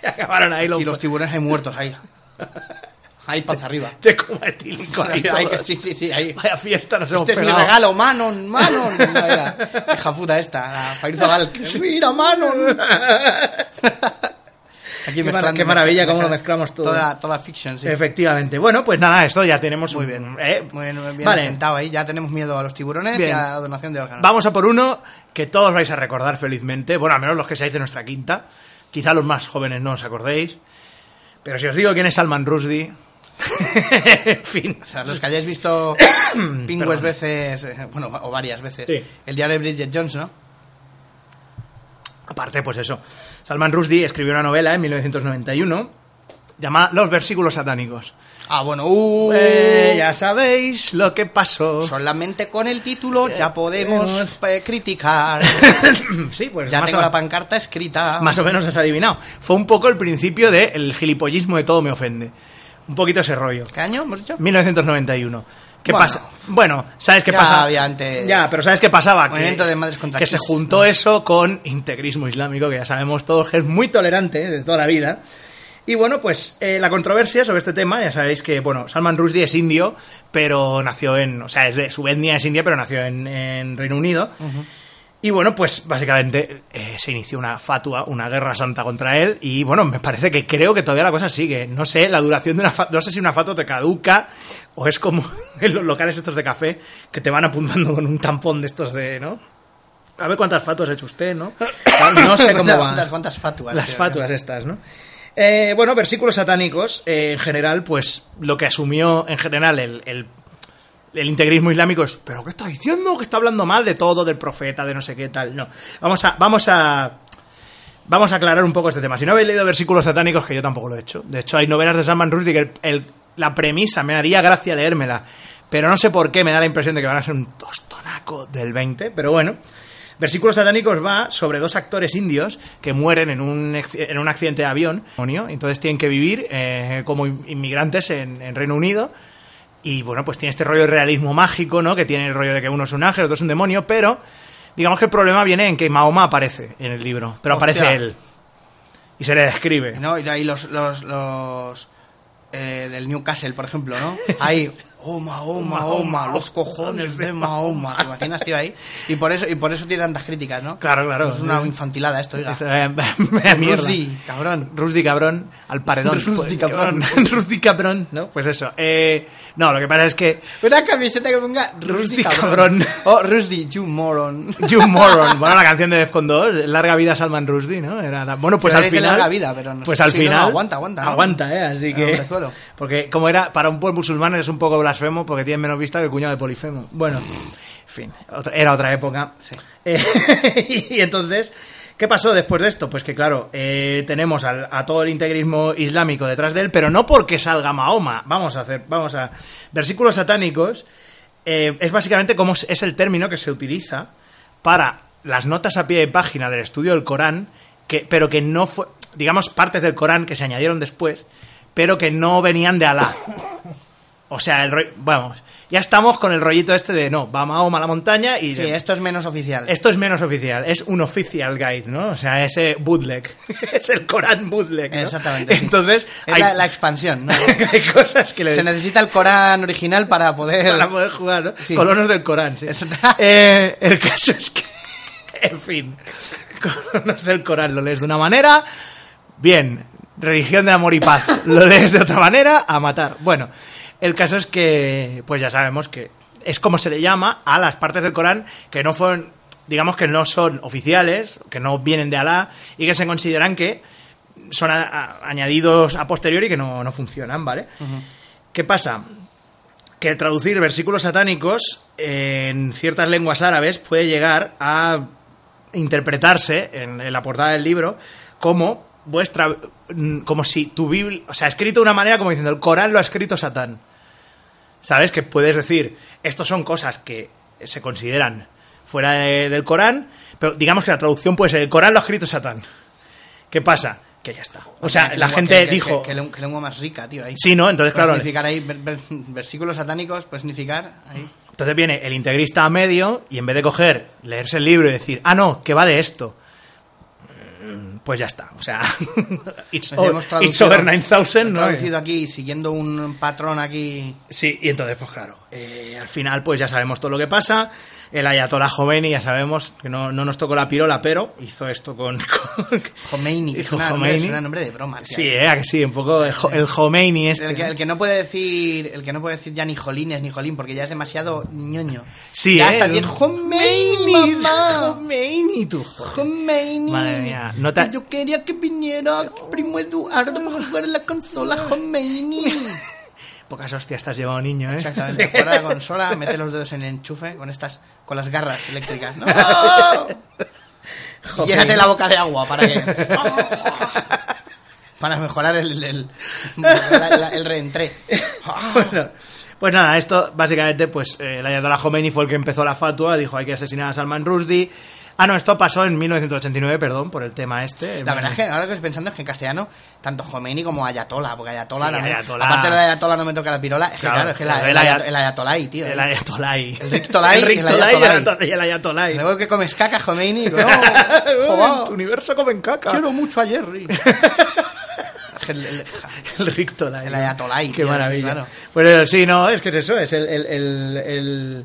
Y acabaron ahí los. Y los tiburones ahí muertos ahí. Ahí panza arriba. de coma etílico ahí Ahí, todos. sí, sí, sí, ahí. Vaya fiesta nos hemos Este es mi pegado. regalo, Manon, Manon. Vaya, hija puta esta, la Fairuza Gal. Mira, Manon. Qué Aquí mara- mezclando- qué maravilla cómo lo mezclamos todo. Toda, toda la fiction, sí. Efectivamente. Bueno, pues nada, esto ya tenemos Muy un- bien. ¿eh? Muy bien, bien vale. asentado ahí. Ya tenemos miedo a los tiburones y Bien. a donación de órganos. Vamos a por uno que todos vais a recordar felizmente. Bueno, al menos los que seáis de nuestra quinta. Quizá los más jóvenes no os acordéis. Pero si os digo quién es Salman Rushdie. en fin. O sea, los que hayáis visto pingües Perdón. veces, eh, bueno, o varias veces, Sí. el diario de Bridget Jones, ¿no? Aparte, pues eso. Salman Rushdie escribió una novela en 1991 llamada Los versículos satánicos. Ah, bueno, uh, Eh, ya sabéis lo que pasó. solamente con el título ya podemos podemos. eh, criticar. sí, pues ya más tengo o- la pancarta escrita. más o menos has adivinado. Fue un poco el principio del gilipollismo de todo me ofende. Un poquito ese rollo. ¿Qué año hemos dicho? 1991. ¿Qué Bueno. pasa? Bueno, ¿sabes qué Ya pasa? había antes- Ya, pero ¿sabes qué pasaba? Movimiento de madres contra que se Kiss. juntó eso con integrismo islámico, que ya sabemos todos que es muy tolerante de toda la vida. Y bueno, pues eh, la controversia sobre este tema, ya sabéis que, bueno, Salman Rushdie es indio, pero nació en. O sea, es de, su etnia es india, pero nació en, en Reino Unido. Mm. Y bueno, pues básicamente eh, se inició una fatua, una guerra santa contra él. Y bueno, me parece que creo que todavía la cosa sigue. No sé, la duración de una fatua, no sé si una fatua te caduca o es como en los locales estos de café que te van apuntando con un tampón de estos de, ¿no? A ver cuántas fatuas ha hecho usted, ¿no? No sé cómo ¿Cuántas- va. cuántas- cuántas fatuas? Las Tío, fatuas estas, ¿no? Eh, bueno, versículos satánicos, eh, en general, pues lo que asumió en general el, el- el integrismo islámico es, ¿pero qué está diciendo? Que está hablando mal de todo, del profeta, de no sé qué tal. No, vamos a... Vamos a Vamos a aclarar un poco este tema. Si no habéis leído versículos satánicos, que yo tampoco lo he hecho. De hecho, hay novelas de Salman Rushdie que el- el- la premisa me haría gracia leérmela. Pero no sé por qué me da la impresión de que van a ser un tostonaco del 20. Pero bueno. Versículos satánicos va sobre dos actores indios que mueren en un, ex- en un accidente de avión. demonio, Entonces tienen que vivir eh, como in- inmigrantes en- en Reino Unido. Y bueno, pues tiene este rollo de realismo mágico, ¿no? Que tiene el rollo de que uno es un ángel, otro es un demonio, pero digamos que el problema viene en que Mahoma aparece en el libro, pero Hostia. aparece él. Y se le describe. ¿no? Y ahí los, los, los eh, del Newcastle, por ejemplo, ¿no? Ahí, Mahoma, oh Mahoma, los cojones de Mahoma. ¿Te imaginas, tío, ahí? Y por eso, y por eso tiene tantas críticas, ¿no? Claro, claro. Es una infantilada esto, oiga. Dice, eh, vaya mierda. Rusdi, cabrón. Rusdi cabrón al paredón. Pues, Rusdi, cabrón. Rusdi cabrón, ¿no? Pues eso. Eh, no, lo que pasa es que Una camiseta que ponga Rusty, Rusty, cabrón. cabrón. Oh, Rusty, you moron. You Moron. Bueno, la canción de Defcon 2, Larga vida Salman Rushdie, ¿no? Era la- bueno, pues Se al dice final. larga vida, pero no- pues al sí, no, no, final. aguanta, aguanta, ¿no? Aguanta, ¿eh? Así Ah, que. brezuelo. Porque, como era, para un buen musulmán eres un poco blasfemo porque tienes menos vista que el cuñado de Polifemo. Bueno, en fin, otra- era otra época. Eh, y entonces. ¿Qué pasó después de esto? Pues que claro, eh, tenemos al- a todo el integrismo islámico detrás de él, pero no porque salga Mahoma. Vamos a hacer, vamos a versículos satánicos eh, es básicamente como es- es el término que se utiliza para las notas a pie de página del estudio del Corán, que, pero que no fue, digamos, partes del Corán que se añadieron después, pero que no venían de Alá. O sea, el rollo- vamos, ya estamos con el rollito este de no, va Mahoma a la montaña y Sí, de- esto es menos oficial. esto es menos oficial, es un official guide, ¿no? O sea, ese bootleg, es el Corán bootleg. ¿no? Exactamente, sí. Entonces, es hay, la, la expansión, ¿no? hay cosas que le Se necesita el Corán original para poder... para poder jugar, ¿no? Sí. Colonos del Corán, sí. Eso- Eh, el caso es que, en fin, Colonos del Corán lo lees de una manera, bien, religión de amor y paz, lo lees de otra manera, a matar. Bueno, el caso es que, pues ya sabemos que es como se le llama a las partes del Corán que no fueron, digamos que no son oficiales, que no vienen de Alá y que se consideran que son a- a- añadidos a posteriori que no, no funcionan, ¿vale? ¿Qué pasa? que traducir versículos satánicos en ciertas lenguas árabes puede llegar a interpretarse en, en la portada del libro como vuestra mm, como si tu Biblia, o sea, escrito de una manera como diciendo el Corán lo ha escrito Satán. ¿Sabes? Que puedes decir, estos son cosas que se consideran fuera de- del Corán, pero digamos que la traducción puede ser el Corán lo ha escrito Satán. ¿Qué pasa? Que ya está. O sea, Qué la lengua- gente qué- qué- dijo, Qué, qué lengu- qué lengua más rica, tío, ahí. sí, no, entonces Puede claro, significar ahí ver- ver- versículos satánicos, puede significar ahí. Entonces viene el integrista a medio y en vez de coger, leerse el libro y decir, ah, no, que va de esto, mm, pues ya está. O sea, it's, o- Hemos traducido- Oh, it's over 9000, ¿no? Traducido aquí, siguiendo un patrón aquí. Sí, y entonces, pues claro, eh, al final, pues ya sabemos todo lo que pasa. El Ayatollah Khomeini, ya sabemos que no, no nos tocó la pirola, pero hizo esto con. con- Khomeini, que hizo suena, nombre- Khomeini. suena nombre de broma. tío. Sí, eh, ¿A que sí, un poco el, jo- el Khomeini este. El que, ¿no? el que no puede decir el que no puede decir ya ni jolines ni jolín porque ya es demasiado ñoño. Sí, ya eh, está bien. un- Khomeini, mamá. Khomeini, tú, joder. Khomeini. Madre mía, no te- Yo quería que viniera primo Eduardo para jugar a la consola Khomeini. Pocas hostias te has llevado, niño, ¿eh? Exactamente, fuera de la consola, mete los dedos en el enchufe con estas con las garras eléctricas, ¿no? ¡Oh! Y Llénate la boca de agua para que para mejorar el el, la- la- el reentré. Bueno, pues nada, esto básicamente, pues eh, el Ayatollah Khomeini fue el que empezó la fatua, dijo hay que asesinar a Salman Rushdie. Ah, no, esto pasó en 1989, perdón, por el tema este. La verdad es que ahora lo que estoy pensando es que en castellano, tanto Jomeini como Ayatola, porque Ayatola Sí, también. Ayatolá. Aparte de lo de Ayatola no me toca la pirola, es que Claro, claro, es que la- el el, Ayat- Ayat- el Ayatolá ahí, tío. El ¿eh? Ayatolai. El Rictolai, El Rictolai el y el Ayatolai. Ayatolai. y el Ayatolai. Luego que comes caca, Jomeini, digo, no, En joder, tu universo comen caca. quiero mucho a Jerry. Es que el- el- El Rictolai. El Ayatolai, Qué tío, maravilla. claro. Bueno, sí, no, es que es eso, es el... el- el- el-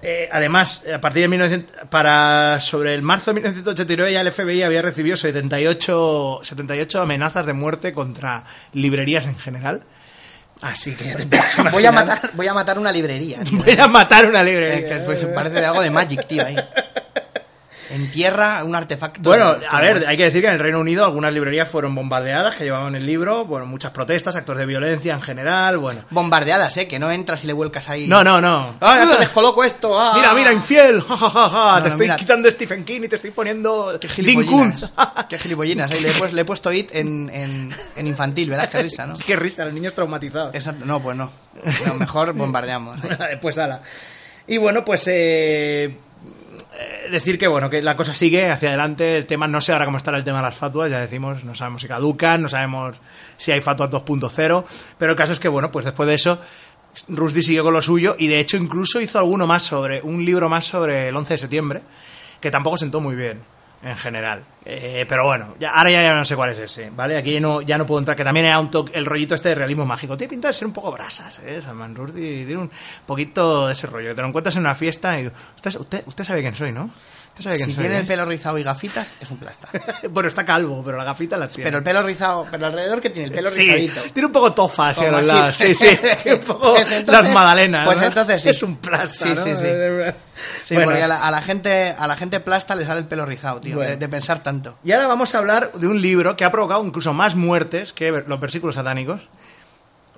eh, además, a partir de 1900, para sobre el marzo de 1989 ya el FBI había recibido 78, 78 amenazas de muerte contra librerías en general. Así que ya te puedes voy a imaginar. matar, voy a matar una librería. tío. Voy a matar una Es librería. que fue- parece de algo de Magic, tío, ahí. Entierra un artefacto. Bueno, de- a ver, hay que decir que en el Reino Unido algunas librerías fueron bombardeadas, que llevaban el libro, bueno, muchas protestas, actos de violencia en general, bueno. Bombardeadas, ¿eh? Que no entras y le vuelcas ahí. No, no, no. ¡Ah, ya te descoloco esto! ah. Mira, mira, infiel, ja, ja, ja, ja, No, te no, estoy mira. quitando Stephen King y te estoy poniendo Qué Dean gilipollinas. Koontz. Qué gilipollinas. ahí Le, he pues, le he puesto it en, en, en infantil, ¿verdad? Qué risa, ¿no? Qué risa, los niños traumatizados. Exacto. No, pues no. No, mejor bombardeamos. ¿eh? pues ala. Y bueno, pues eh, eh, decir que bueno, que la cosa sigue hacia adelante, el tema, no sé ahora cómo estará el tema de las fatuas, ya decimos, no sabemos si caducan, no sabemos si hay fatuas 2.0, pero el caso es que bueno, pues después de eso, Rushdie siguió con lo suyo y de hecho incluso hizo alguno más sobre, un libro más sobre el 11 de septiembre, que tampoco sentó muy bien. en general. Eh, pero bueno, ya, ahora ya, ya no sé cuál es ese, ¿vale? Aquí no, ya no puedo entrar, que también era un toque, el rollito este de realismo mágico. Tiene pinta de ser un poco brasas, ¿eh? Salman Rushdie tiene un poquito de ese rollo. Te lo encuentras en una fiesta y... Usted, usted, usted sabe quién soy, ¿no? Usted sabe quién Si soy, tiene el ¿eh?". pelo rizado y gafitas, es un plasta. bueno, está calvo, pero la gafita la tiene. Pero el pelo rizado, pero alrededor que tiene el pelo Sí, rizadito. tiene un poco tofa hacia Como los así. lados. Sí, sí. Tiene un poco Pues entonces- las magdalenas. pues ¿no? entonces sí. Es un plasta. Sí, ¿no? sí, sí. Sí, Bueno, porque a la, a la gente a la gente plasta le sale el pelo rizado, tío, Bueno. de, de pensar tanto. Y ahora vamos a hablar de un libro que ha provocado incluso más muertes que ver- los versículos satánicos.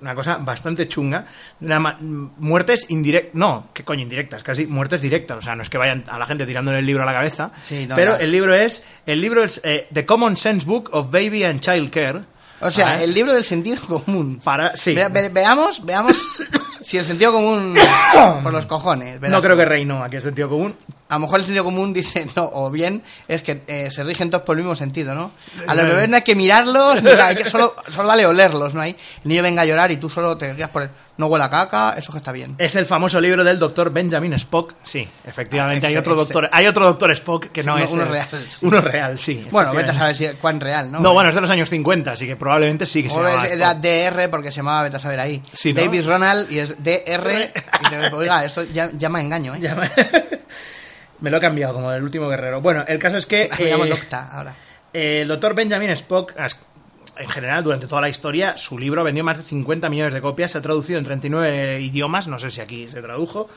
Una cosa bastante chunga. Una ma- muertes indirectas. No, qué coño, indirectas, casi muertes directas. O sea, no es que vayan a la gente tirándole el libro a la cabeza. Sí, no, pero ya. el libro es. El libro es eh, The Common Sense Book of Baby and Child Care. O sea, ¿Vale? el libro del sentido común. Para, sí. Ve- ve- veamos, veamos si el sentido común por los cojones. verás. no creo que reinó aquí el sentido común. A lo mejor el sentido común dice, no, o bien es que eh, se rigen todos por el mismo sentido, ¿no? A Eh. los bebés no hay que mirarlos, ni nada, hay que solo, solo vale olerlos, ¿no? hay el niño venga a llorar y tú solo te guías por el, no huele a caca, eso que está bien. Es el famoso libro del doctor Benjamin Spock. Sí, efectivamente. Ah, hay ex- otro ex- doctor, hay otro doctor Spock que Sí, no uno- es uno el- real, sí. Uno real, sí. Bueno, vete a efectivamente. saber si, cuán real, ¿no? No, eh. bueno, es de los años 50, así que probablemente sí que se O llamaba es era Spock. DR porque se llamaba, vete a saber ahí. Sí, ¿no? David Ronald y es DR. Y te- oiga, esto ya, ya me engaño, ¿eh? Ya me- Me lo he cambiado como el último guerrero. Bueno, el caso es que Me llamo eh, Docta ahora. eh, el doctor Benjamin Spock, as- en general, durante toda la historia, su libro vendió más de 50 millones de copias, se ha traducido en 39 idiomas, no sé si aquí se tradujo.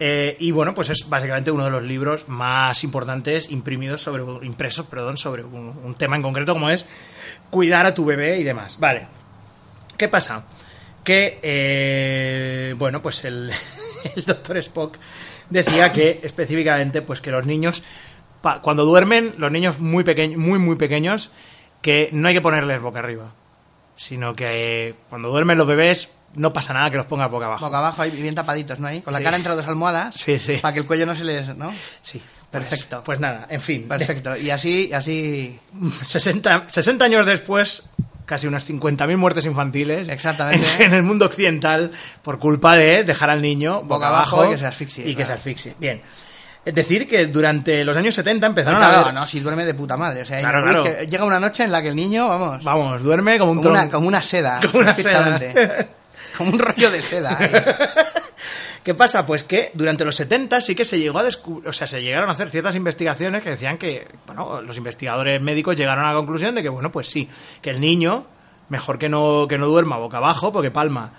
Eh, y bueno, pues es básicamente uno de los libros más importantes imprimidos sobre, impresos perdón, sobre un, un tema en concreto como es cuidar a tu bebé y demás. Vale. ¿Qué pasa? Que, eh, bueno, pues el, el doctor Spock decía que específicamente, pues que los niños, pa- cuando duermen, los niños muy pequeños, muy, muy pequeños, que no hay que ponerles boca arriba, sino que eh, cuando duermen los bebés no pasa nada que los pongas boca abajo. Boca abajo, ahí, bien tapaditos, ¿no? Ahí, con la Sí. cara entre dos almohadas. Sí, sí. Para que el cuello no se les. ¿No? Sí, Perfecto. Pues, pues nada, en fin. Perfecto. Y así, así. 60, 60 años después, casi unas 50.000 muertes infantiles Exactamente. en, en el mundo occidental por culpa de dejar al niño boca, Boca abajo abajo, y que se asfixie, y que se claro. asfixie. Bien. Es decir, que durante los años 70 empezaron Claro, a haber- no, si duerme de puta madre. O sea, Claro, uy, claro. que llega una noche en la que el niño, vamos. Vamos, duerme como un como, una, tronco. como una seda. Como una seda. exactamente. como un rollo de seda. ahí. ¿Qué pasa? Pues que durante los 70 sí que se llegó a descubrir, o sea, se llegaron a hacer ciertas investigaciones que decían que, bueno, los investigadores médicos llegaron a la conclusión de que, bueno, pues sí, que el niño, mejor que no, que no duerma boca abajo porque palma.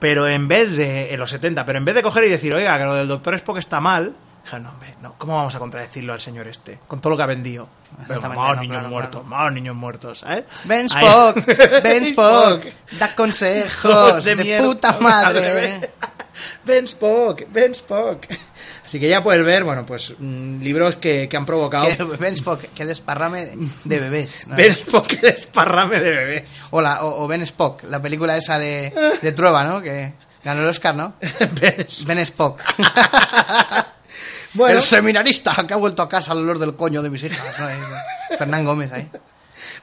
Pero en vez de, en los 70, pero en vez de coger y decir, oiga, que lo del doctor Spock está mal, dijeron, no, hombre, no, ¿cómo vamos a contradecirlo al señor este? Con todo lo que ha vendido. Venga, Exactamente, Más no, niños claro, muertos, claro. más niños muertos, ¿sabes? Ben Ahí- Spock, Ben Spock, da consejos de, mierda. puta madre. ¿eh? Ben Spock, Ben Spock. Así que ya puedes ver, bueno, pues mm, libros que, que han provocado. Que- ben Spock, que desparrame de bebés. ¿no? Ben Spock el esparrame de bebés. O, la- o- o Ben Spock, la película esa de, de Trueba, ¿no? Que ganó el Oscar, ¿no? Ben- Ben Spock. Bueno, El seminarista que ha vuelto a casa al olor del coño de mis hijas. ¿no? Fernán Gómez ahí.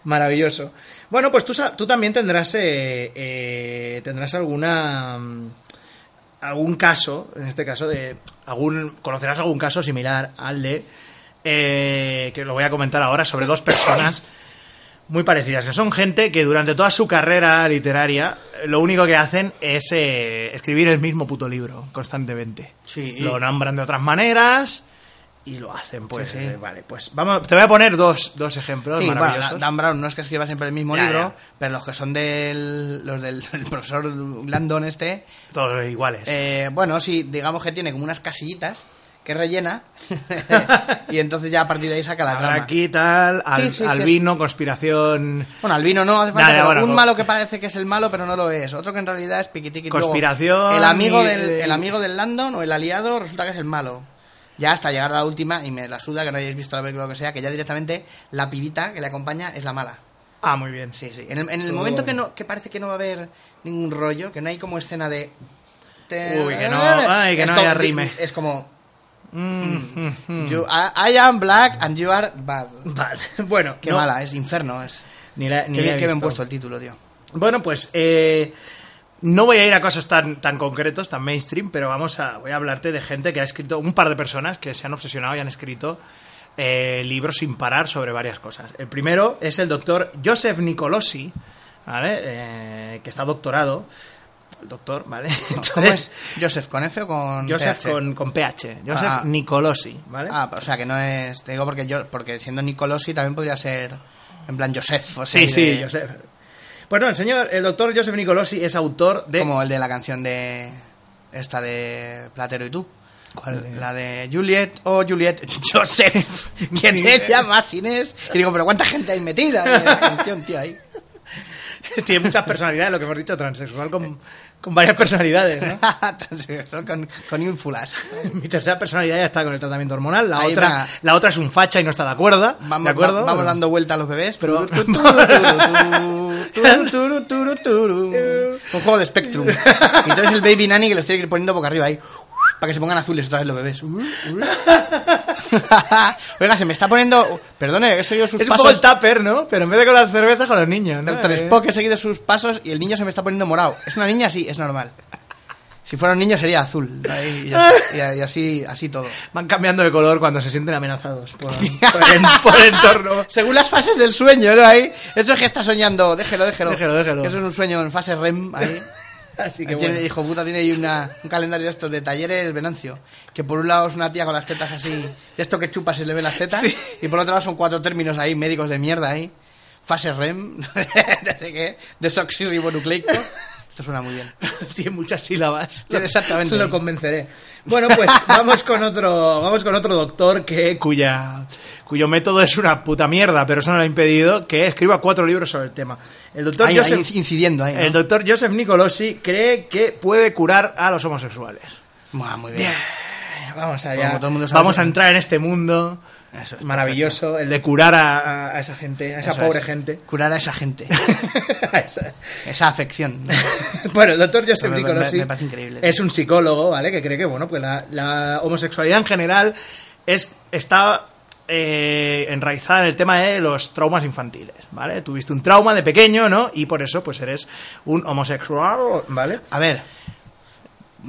maravilloso. Bueno, pues tú, sa- tú también tendrás eh, eh, tendrás alguna mm, algún caso, en este caso de algún conocerás algún caso similar al de eh, que lo voy a comentar ahora sobre dos personas muy parecidas, que son gente que durante toda su carrera literaria eh, lo único que hacen es eh, escribir el mismo puto libro constantemente. Sí. Lo nombran de otras maneras y lo hacen, pues Sí, sí. eh, vale, pues vamos, te voy a poner dos, dos ejemplos Sí, bueno, maravillosos. Dan Brown no es que escriba siempre el mismo Ya, libro, ya. pero los que son del, los del el profesor Landon este, Todos iguales. Eh, bueno, sí, digamos que tiene como unas casillitas que rellena y entonces ya a partir de ahí saca la Habrá trama. aquí tal, al, Sí, sí, sí, albino, conspiración. Bueno, Albino no hace falta, Dale, pero bueno, pues- un co- malo que parece que es el malo, pero no lo es. Otro que en realidad es piquitiqui. Luego, Conspiración el amigo y- del el amigo del Landon o el aliado resulta que es el malo. Ya hasta llegar a la última y me la suda que no hayáis visto la película o lo que sea, que ya directamente la pibita que le acompaña es la mala. Ah, muy bien. Sí, sí. En el, en el momento que no que parece que no va a haber ningún rollo, que no hay como escena de Eh, Uy, que no- ay, que Es no como- haya rime. Es como Mm, mm, mm. You- I, I am black and you are bad. Vale. Bueno, Qué no, mala, es inferno. Es. Ni la, ni Qué la bien he que me han visto. puesto el título, tío. Bueno, pues eh, no voy a ir a cosas tan, tan concretos, tan mainstream, pero vamos a, voy a hablarte de gente que ha escrito, un par de personas que se han obsesionado y han escrito eh, libros sin parar sobre varias cosas. El primero es el doctor Joseph Nicolosi, ¿vale? Eh, que está doctorado. El doctor, ¿vale? ¿Cómo Entonces, es? ¿Joseph con F o con Joseph PH? con, con PH. Joseph Ah. Nicolosi, ¿vale? Ah, o sea que no es... Te digo porque yo porque siendo Nicolosi también podría ser en plan Joseph. O sea, sí, sí, de- Joseph. Bueno, el señor, el doctor Joseph Nicolosi es autor de... Como el de la canción de... Esta de Platero y tú. ¿Cuál de? La de Juliet o Juliet Joseph. Que te llamas Inés. Y digo, pero ¿cuánta gente hay metida en la canción, tío? Ahí. Tiene muchas personalidades, lo que hemos dicho, transexual con, con varias personalidades, ¿no? Transexual con, con ínfulas. Mi tercera personalidad ya está con el tratamiento hormonal, la Ahí otra, va. la otra es un facha y no está de acuerdo. Vamos, ¿de acuerdo? va- vamos dando vuelta a los bebés. Pero- Turu, turu, turu, turu, turu, turu, turu. Un juego de Spectrum. Y entonces el Baby Nanny que los tiene que ir poniendo boca arriba ahí. Para que se pongan azules otra vez los bebés. Oiga, se me está poniendo. Perdone, he seguido sus Es un pasos. poco el tupper, ¿no? Pero en vez de con las cervezas, con los niños, ¿no? Doctor Eh, Spock, he seguido sus pasos y el niño se me está poniendo morado. ¿Es una niña? Sí, es normal. Si fuera un niño sería azul. Ahí, Y, ya está. Y- y así, así todo. Van cambiando de color cuando se sienten amenazados por, por el, por el entorno. Según las fases del sueño, ¿no? Ahí. Eso es que está soñando. Déjelo, déjelo. Déjelo, déjelo. Eso es un sueño en fase REM. Ahí. Así que Ahí bueno. tiene, hijo puta, tiene ahí una- un calendario de estos de talleres Venancio. Que por un lado es una tía con las tetas así. De esto que chupa se le ven las tetas. Sí. Y por otro lado son cuatro términos ahí, médicos de mierda ahí. Fase REM. no sé qué. Desoxirribonucleico. Esto suena muy bien. Tiene muchas sílabas. Tiene exactamente. Lo convenceré. Bueno, pues vamos con otro, vamos con otro doctor que cuya cuyo método es una puta mierda, pero eso no lo ha impedido que escriba cuatro libros sobre el tema. El doctor Ahí, ahí Joseph, inc- incidiendo ahí. ¿no? el doctor Joseph Nicolosi cree que puede curar a los homosexuales. Ah, muy bien. Vamos allá. Como todo el mundo sabe, Vamos eso- a entrar en este mundo Eso es maravilloso, el de curar a, a- a esa gente, a esa Eso pobre es. gente. Curar a esa gente. A esa- Esa afección. ¿no? bueno, el doctor Joseph Me- me- Nicolosi me parece increíble. es un psicólogo, ¿vale? Que cree que, bueno, pues la, la homosexualidad en general es, está eh, enraizada en el tema de los traumas infantiles, ¿vale? Tuviste un trauma de pequeño, ¿no? Y por eso, pues eres un homosexual, ¿vale? A ver,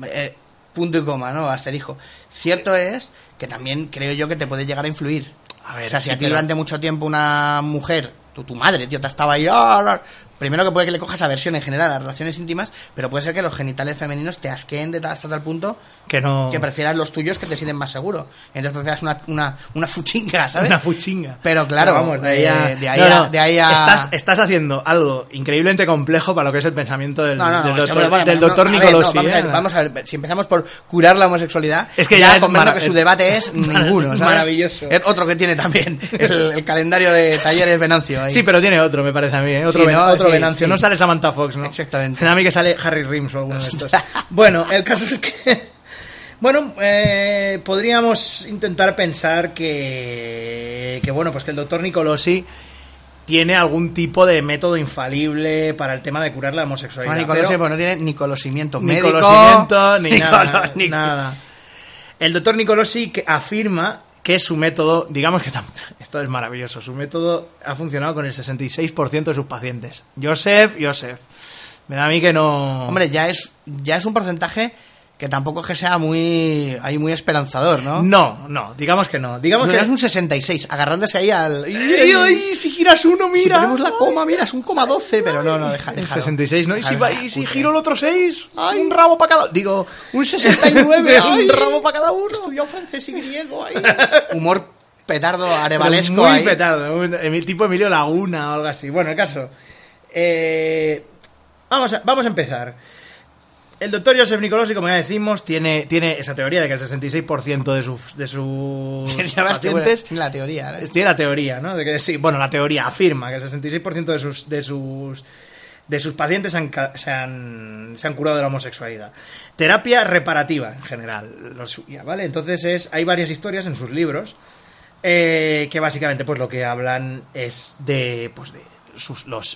eh, punto y coma, ¿no? Asterisco. Cierto es que también creo yo que te puede llegar a influir. A ver, o sea, si sí, a ti pero- durante mucho tiempo una mujer, tu, tu madre, tío, te estaba ahí. "Ah, la-". Primero que puede que le cojas aversión en general a las relaciones íntimas, pero puede ser que los genitales femeninos te asqueen de tal, hasta tal punto Que no... que prefieras los tuyos que te sienten más seguro. Entonces prefieras una, una, una fuchinga, ¿sabes? Una fuchinga. Pero claro, vamos, de ahí a... eh, de ahí No, a- no, de ahí a- Estás, estás haciendo algo increíblemente complejo para lo que es el pensamiento del, No, no, no, del este doctor, hombre, bueno, del no, doctor a ver, Nicolosi. no, vamos, ¿eh? a ver, vamos a ver, si empezamos por curar la homosexualidad, Es que ya es comprendo mara- que su debate es ninguno, ¿sabes? Maravilloso. Es otro que tiene también, el, el calendario de talleres Venancio. ahí. Sí, pero tiene otro, me parece a mí, ¿eh? otro, Sí, ven- ¿no? otro Sí, Venancio. sí. No sale Samantha Fox, ¿no? Exactamente. Me da a mí que sale Harry Rims o alguno de estos. bueno, el caso es que. Bueno, eh, podríamos intentar pensar que. Que bueno, pues que el doctor Nicolosi tiene algún tipo de método infalible para el tema de curar la homosexualidad. No, Nicolás, pero- pues no tiene ni conocimiento ni médico. conocimiento, ni cono- nada, ni- nada. El doctor Nicolosi que afirma que su método, digamos que tam- esto es maravilloso, su método ha funcionado con el 66% de sus pacientes. Joseph, Joseph. Me da a mí que no... Hombre, ya es, ya es un porcentaje que tampoco es que sea muy, ahí muy esperanzador, ¿no? no, no, digamos que no. Digamos Pero que Eh, es un 66, agarrándose ahí al... ¡Ay, ay, si giras uno, Si mira! ponemos la coma, mira, es un coma 12, pero no, no, deja, El déjalo. 66, ¿no? Y si, Déjalo, va- deja, y si cutre. giro el otro 6, ¡ay, un rabo para cada... Digo, eh. Un 69, ay, un rabo para cada uno. Estudió francés y griego ahí. Humor petardo Pero arevalesco muy ahí. petardo, un- Emi- tipo Emilio Laguna o algo así. Bueno, el caso. eh, vamos, a, vamos a empezar. El doctor Joseph Nicolosi, como ya decimos, tiene, tiene esa teoría de que el 66% de sus, de sus Ya ves que, este, bueno, pacientes... Este, la teoría. ¿eh? Tiene la teoría, ¿no? De que sí, bueno, la teoría afirma que el 66% de sus, de sus, de sus pacientes han ca- se, han, se han curado de la homosexualidad. Terapia reparativa, en general, lo suya, ¿vale? Entonces es, hay varias historias en sus libros eh, que básicamente pues lo que hablan es de, pues, de sus, los...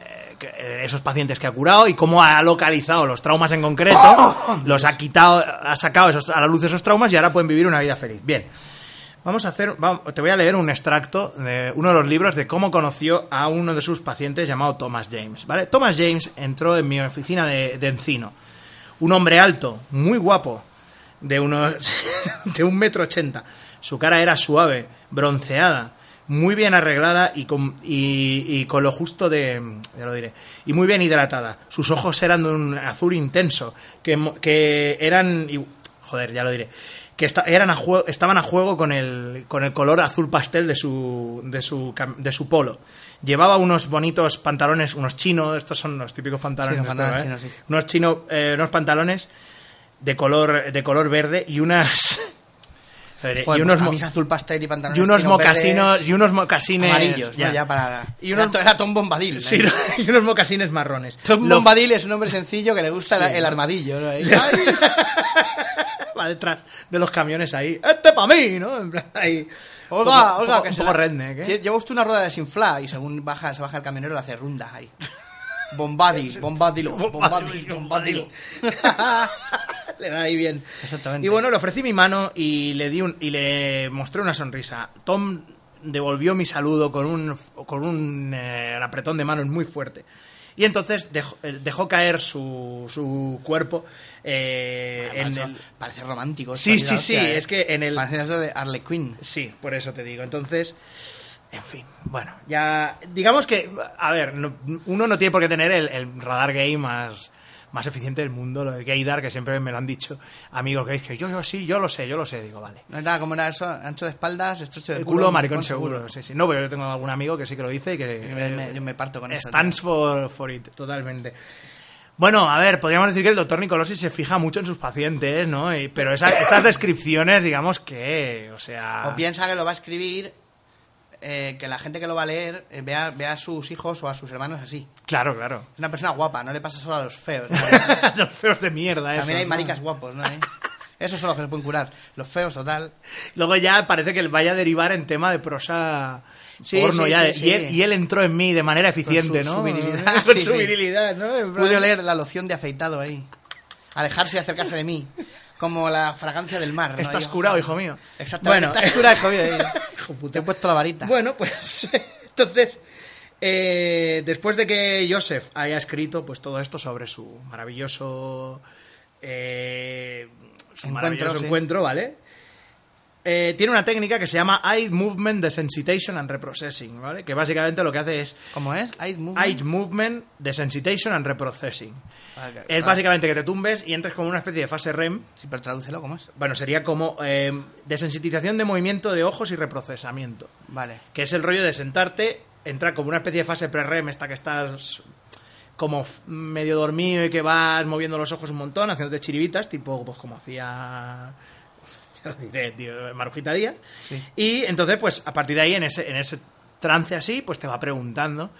eh, que- eh, esos pacientes que ha curado y cómo ha localizado los traumas en concreto, los ha quitado, ha sacado esos- a la luz esos traumas y ahora pueden vivir una vida feliz. Bien, Vamos a hacer, va- te voy a leer un extracto de uno de los libros de cómo conoció a uno de sus pacientes llamado Thomas James, ¿vale? Thomas James entró en mi oficina de, de encino. Un hombre alto, muy guapo, de unos de un metro ochenta, Su cara era suave, bronceada, muy bien arreglada y con, y, y con lo justo de... ya lo diré. Y muy bien hidratada. Sus ojos eran de un azul intenso, que, mo- que eran... y- joder, ya lo diré. Que esta- eran a jue- estaban a juego con el, con el color azul pastel de su, de, su, cam- de su polo. Llevaba unos bonitos pantalones, unos chinos, estos son los típicos pantalones. Sí, los de estos, pantalones ¿eh? chinos, sí. Unos chino, eh, unos pantalones de color, de color verde y unas... a ver, y Joder, pues unos, mo- camisa azul pastel y pantalones y unos chinos verdes, mocasinos y unos mocasines amarillos, ya. ¿no? ya para Y unos- era, era Tom Bombadil. ¿no? Sí, no, y unos mocasines marrones. Tom Lo- Bombadil es un hombre sencillo que le gusta Sí. la- el armadillo, ¿no? Y- ¡ay! Va detrás de los camiones ahí. Este para mí, ¿no? En plan, ahí. Un Oiga, poco- oiga, un que poco- se un poco la- redneck, ¿eh? Sí, Lleva usted una rueda desinflada y según baja, se baja el camionero le hace rundas ahí. Bombadil, bombadilo, bombadil, bombadilo. le da ahí bien. Exactamente. Y bueno, le ofrecí mi mano y le di un, y le mostré una sonrisa. Tom devolvió mi saludo con un con un eh, apretón de manos muy fuerte. Y entonces dejó, eh, dejó caer su, su cuerpo eh, en Macho, el- Parece romántico. Sí, esto, sí, la sí, hostia, ¿eh? es que en el- Parece eso de Harley Quinn. Sí, por eso te digo. Entonces, en fin, bueno, ya digamos que, a ver, no- uno no tiene por qué tener el, el radar gay más, más eficiente del mundo, lo del gaydar, que siempre me lo han dicho amigos gays, que yo, yo sí, yo lo sé, yo lo sé, digo, vale. No era como era eso, ancho de espaldas, estrecho de El culo, maricón seguro. Sí, sí. No, pero yo tengo algún amigo que sí que lo dice y que... eh, Yo me- yo me parto con eso, Stands for, for it, totalmente. Bueno, a ver, podríamos decir que el doctor Nicolosi se fija mucho en sus pacientes, ¿no? Y- pero esa- estas descripciones, digamos que, o sea... O piensa que lo va a escribir, eh, que la gente que lo va a leer eh, vea, vea a sus hijos o a sus hermanos así. Claro, claro. Es una persona guapa, no le pasa solo a los feos. ¿no? los feos de mierda, eso. También hay ¿no? maricas guapos, ¿no? eh? Esos son los que se pueden curar. Los feos, total. Luego ya parece que vaya a derivar en tema de prosa Sí, porno. sí, ya. sí, sí. Y, él, y él entró en mí de manera eficiente, su ¿no? virilidad, Con sí, su sí. virilidad, ¿no? En plan- Pude oler la loción de afeitado ahí. Alejarse y acercarse de mí. Como la fragancia del mar. ¿no? Estás Ahí, curado, ojo. hijo mío. Exactamente. Bueno. Estás curado, hijo mío. ahí. Hijo puta. Te he puesto la varita. Bueno, pues entonces, eh, después de que Joseph haya escrito pues todo esto sobre su maravilloso, eh, su Encuentro, maravilloso sí. encuentro, ¿vale? Eh, tiene una técnica que se llama Eye Movement Desensitization and Reprocessing, ¿vale? Que básicamente lo que hace es ¿Cómo es? Eye movement. Eye Movement Desensitization and Reprocessing. Vale, vale. Es básicamente que te tumbes y entres como en una especie de fase REM, Ah, Sí, pero tradúcelo, ¿cómo es? bueno, sería como eh, desensitización de movimiento de ojos y reprocesamiento Vale. que es el rollo de sentarte, entrar como una especie de fase pre-REM, esta que estás como f- medio dormido y que vas moviendo los ojos un montón, haciéndote chiribitas, tipo pues como hacía ya lo diré, tío, Marujita Díaz. Sí. Y entonces, pues a partir de ahí, en ese, en ese trance así, pues te va preguntando,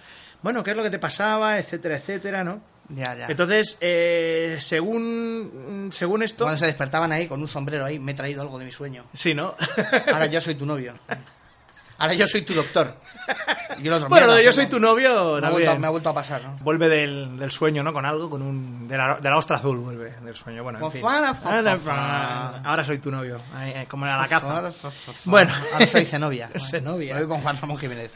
bueno, ¿qué es lo que te pasaba? Etcétera, etcétera, ¿no? Ya, ya. Entonces, eh, según, según esto... Cuando se despertaban ahí con un sombrero ahí, me he traído algo de mi sueño. Sí, ¿no? Ahora yo soy tu novio. Ahora yo soy tu doctor. Y el otro, bueno, lo mierda, de yo joder, soy tu novio... Me ha, también. vuelto, me ha vuelto a pasar, ¿no? Vuelve del, del sueño, ¿no? Con algo, con un... De la, de la ostra azul vuelve del sueño. Bueno, en fin. Fofana, fofana. Ahora- Ahora soy tu novio. Ay, ay, como era la Ahora- caza. Bueno. Ahora soy Zenobia. Zenobia. Voy con Juan Ramón Jiménez.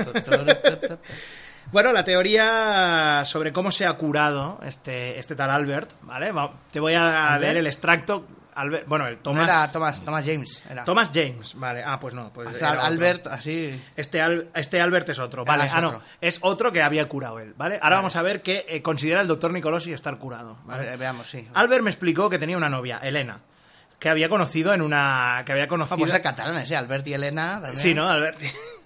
Bueno, la teoría sobre cómo se ha curado este, este tal Albert, ¿vale? Va- te voy a ¿Albert? leer el extracto. Albert, bueno, el No Thomas... era Thomas, Thomas James. Era. Thomas James, vale. Ah, pues no. Pues O era sea, otro. Albert, así. Este, Al- este Albert es otro, Ah, vale. es Ah, no, otro. es otro que había curado él, ¿vale? Ahora vamos a ver qué eh, considera el doctor Nicolosi estar curado, A ¿vale? ver, veamos, sí. Ah, Albert me explicó que tenía una novia, Elena, que había conocido en una. que había conocido. pues ser catalanes, ¿eh? Albert y Elena. también. sí, ¿no? Albert.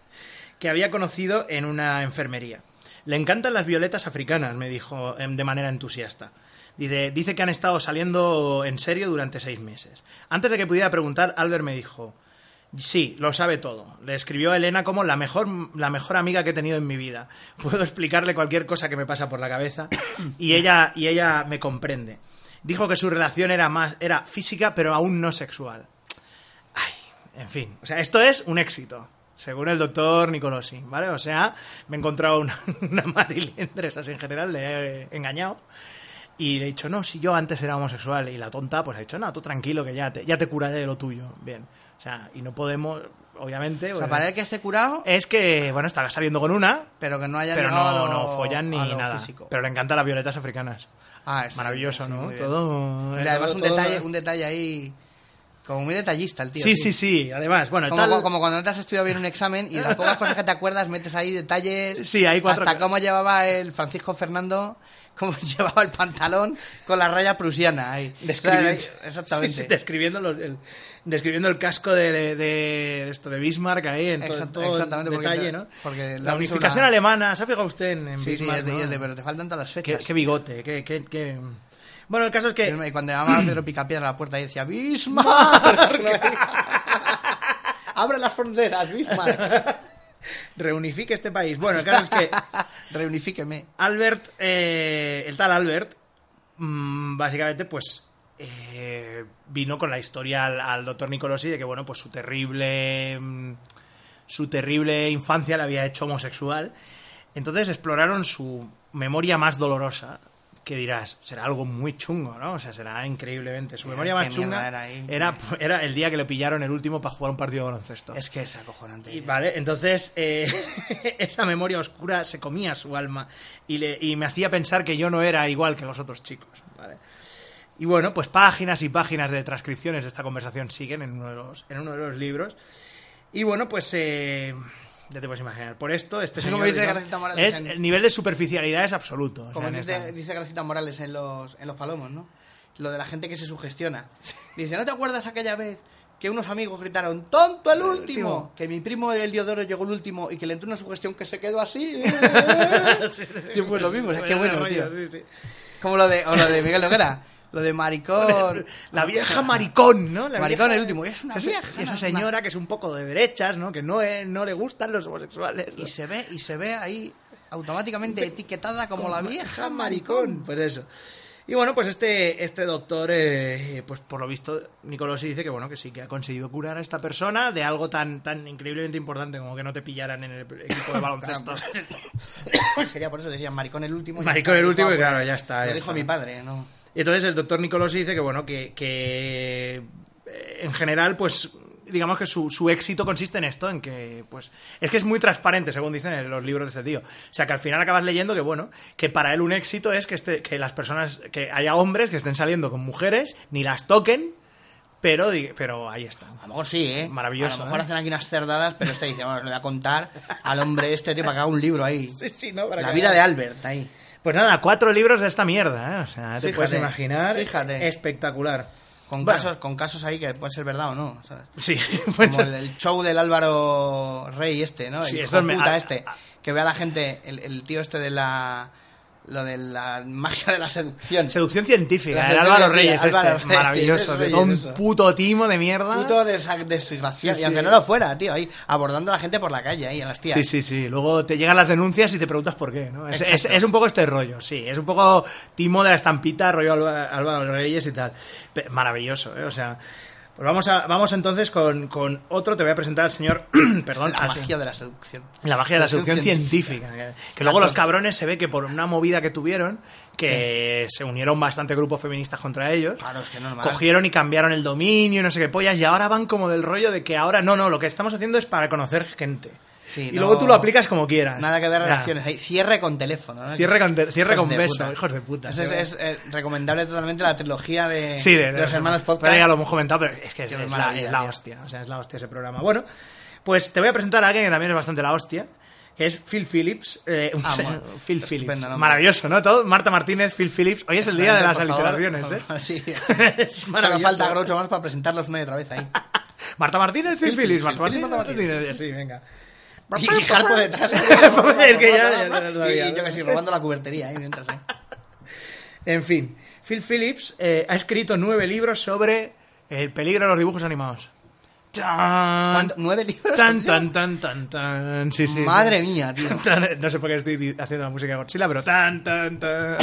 que había conocido en una enfermería. Le encantan las violetas africanas, me dijo em, de manera entusiasta. Dice, dice que han estado saliendo en serio durante seis meses. Antes de que pudiera preguntar, Albert me dijo. Sí, lo sabe todo. Le escribió a Elena como la mejor, la mejor amiga que he tenido en mi vida. Puedo explicarle cualquier cosa que me pasa por la cabeza y ella, y ella me comprende. Dijo que su relación era más, era física, pero aún no sexual. Ay, en fin. O sea, esto es un éxito, según el doctor Nicolosi, ¿vale? O sea, me he encontrado una, una Marilyn de esas en general, le he engañado. Y le he dicho, no, si yo antes era homosexual. Y la tonta, pues ha dicho, no, tú tranquilo, que ya te, ya te curaré de lo tuyo. Bien. O sea, y no podemos, obviamente. O sea, pues, para él que esté curado, Es que, bueno, estaba saliendo con una, pero que no haya pero no, llegado a lo- no follan ni a lo nada. físico. Pero le encantan las violetas africanas. Ah, es Maravilloso, sí, ¿no? muy bien. Todo. Y además todo- un todo- detalle, un detalle ahí Como muy detallista el tío. Sí, sí, sí. Además, bueno, Como, tal- como cuando no te has estudiado bien un examen y de las pocas cosas que te acuerdas metes ahí detalles. Sí, hay cuatro- Hasta cómo llevaba el Francisco Fernando, cómo llevaba el pantalón con la raya prusiana ahí. Describiendo, Claro, ahí- exactamente. Sí, sí, describiendo, los- el, describiendo el casco de, de- de esto de Bismarck ahí en todo, Exact- todo el exactamente, porque detalle, te- ¿no? porque la la unificación una- alemana, ¿se ha fijado usted en, en Sí, sí, Bismarck? es de, no? es de- pero te faltan todas las qué, fechas. qué bigote, qué, qué- qué- Bueno, el caso es que... Y cuando llamaba a Pedro Picapiedra a la puerta y decía ¡Bismarck! ¡Abre las fronteras, Bismarck! Reunifique este país. Bueno, el caso es que Reunifíqueme. Albert, eh, el tal Albert, mm, básicamente, pues eh, vino con la historia al, doctor Nicolosi de que, bueno, pues su terrible, mm, su terrible infancia la había hecho homosexual. Entonces exploraron su memoria más dolorosa, que dirás, será algo muy chungo, ¿no? O sea, será increíblemente. Su Mira, memoria qué más mierda chunga era ahí. era, era el día que le pillaron el último para jugar un partido de baloncesto. Es que es acojonante. Y vale, entonces eh, esa memoria oscura se comía su alma y, le, y me hacía pensar que yo no era igual que los otros chicos. ¿vale? Y bueno, pues páginas y páginas de transcripciones de esta conversación siguen en uno de los, en uno de los libros. Y bueno, pues eh, ya te puedes imaginar, por esto, este Sí, señor, como dice digamos, Garcita Morales es, en- el nivel de superficialidad es absoluto. o sea, Como en dice, esta- dice Gracita Morales en los, en los Palomos, ¿no? Lo de la gente que se sugestiona. Dice, ¿no te acuerdas aquella vez que unos amigos gritaron, tonto el último? Que mi primo el Diodoro llegó el último y que le entró una sugestión que se quedó así. Sí, sí, Sí, pues lo mismo, o sea, qué bueno, ese rollo, tío. sí, sí. Como lo de, o lo de Miguel Noguera. Lo de maricón. La vieja maricón, Ah, ¿no? La Maricón vieja- el último, es una esa, vieja, Esa una- señora que es un poco de derechas, ¿no? Que no, es- no le gustan los homosexuales. ¿no? Y se ve, y se ve ahí automáticamente etiquetada como la vieja maricón. maricón. Pues eso. Y bueno, pues este, este doctor, eh, pues por lo visto, Nicolosi dice que bueno, que sí, que ha conseguido curar a esta persona de algo tan, tan increíblemente importante como que no te pillaran en el equipo de baloncesto. Sería por eso decían maricón el último. Maricón el último, y pues, claro, ya está, Lo ya dijo está. mi padre, ¿no? Y entonces el doctor Nicolosi dice que, bueno, que, que, eh, en general, pues digamos que su, su éxito consiste en esto, en que, pues, es que es muy transparente, según dicen en los libros de este tío. O sea, que al final acabas leyendo que, bueno, que para él un éxito es que, este, que las personas, que haya hombres que estén saliendo con mujeres, ni las toquen, pero, di- pero ahí está. A lo mejor sí, ¿eh? Maravilloso, A lo mejor ¿eh? hacen aquí unas cerdadas, pero este dice, bueno, le voy a contar al hombre este, tío, para que haga un libro ahí. Sí, sí, ¿no? Para La que vida haga- de Albert, ahí. Pues nada, cuatro libros de esta mierda, ¿eh? O sea, te Fíjate, puedes imaginar. fíjate. Espectacular. Con, Bueno, casos, con casos ahí que puede ser verdad o no, ¿sabes? Sí, pues- Como el, el show del Álvaro Rey este, ¿no? El Sí, hijo eso me- puta a- este. Que ve a la gente, el, el tío este de la... Lo de la magia de la seducción. Seducción científica, La el seducción Álvaro Reyes, científica, Álvaro este, Reyes, maravilloso, es de todo un Reyes, eso. puto timo de mierda. Puto desa- desgraciado. Sí, Y aunque sí. no lo fuera, tío, ahí abordando a la gente por la calle, ahí a las tías. Sí, sí, sí. Luego te llegan las denuncias y te preguntas por qué, ¿no? Es, es- es un poco este rollo, sí. Es un poco timo de la estampita, rollo Alba- Álvaro Reyes y tal. Pe- Maravilloso, ¿eh? O sea... Pues vamos, a, vamos entonces con, con otro. Te voy a presentar al señor... perdón, La al se- magia de la seducción. La magia de la seducción científica. que- Que luego Tanto- los cabrones se ve que por una movida que tuvieron, que se unieron bastante grupos feministas contra ellos. Claro, es que normal. Cogieron y cambiaron el dominio, y no sé qué pollas, y ahora van como del rollo de que ahora no, no, lo que estamos haciendo es para conocer gente. Sí, y no- luego tú lo aplicas como quieras. Nada que ver Ya. relaciones. ahí. Cierre con teléfono. ¿no? Cierre con, te- cierre Hijos con de beso, puta. hijos de puta. Eso es, tío. es, eh, recomendable totalmente la trilogía de, Sí, de, de eh. los hermanos Pero Podcast. ya lo hemos comentado, pero es que es, Qué es la, maravilla, es la tío. hostia. O sea, es la hostia ese programa. Bueno, pues te voy a presentar a alguien que también es bastante la hostia. Que es Phil Philips. eh, un Ah, se- bueno, Phil estupendo Philips. nombre. Maravilloso, ¿no? Todo, Marta Martínez, Phil Philips. Hoy es el día de las Por favor. aliteraciones, ¿eh? Sí. Es Solo maravilloso. falta Groucho más para presentarlos una y otra vez ahí. Marta Martínez, Phil Phil Philips. Philips, Marta Martínez, Phil Philips, Marta Marta Martínez. Martínez. Sí, venga. Y, y Harpo detrás. Es que ya- ya- ya lo y, había. y yo que sí, robando la cubertería ahí mientras. ¿eh? En fin, Phil Phillips eh, ha escrito nueve libros sobre el peligro de los dibujos animados. ¡Tan! ¿Cuánto? ¿Nueve libros? Tan, tío? tan, tan, tan, tan. Sí, sí. Madre mía, tío. Tan- no sé por qué estoy di- haciendo la música de Godzilla, pero tan, tan, tan.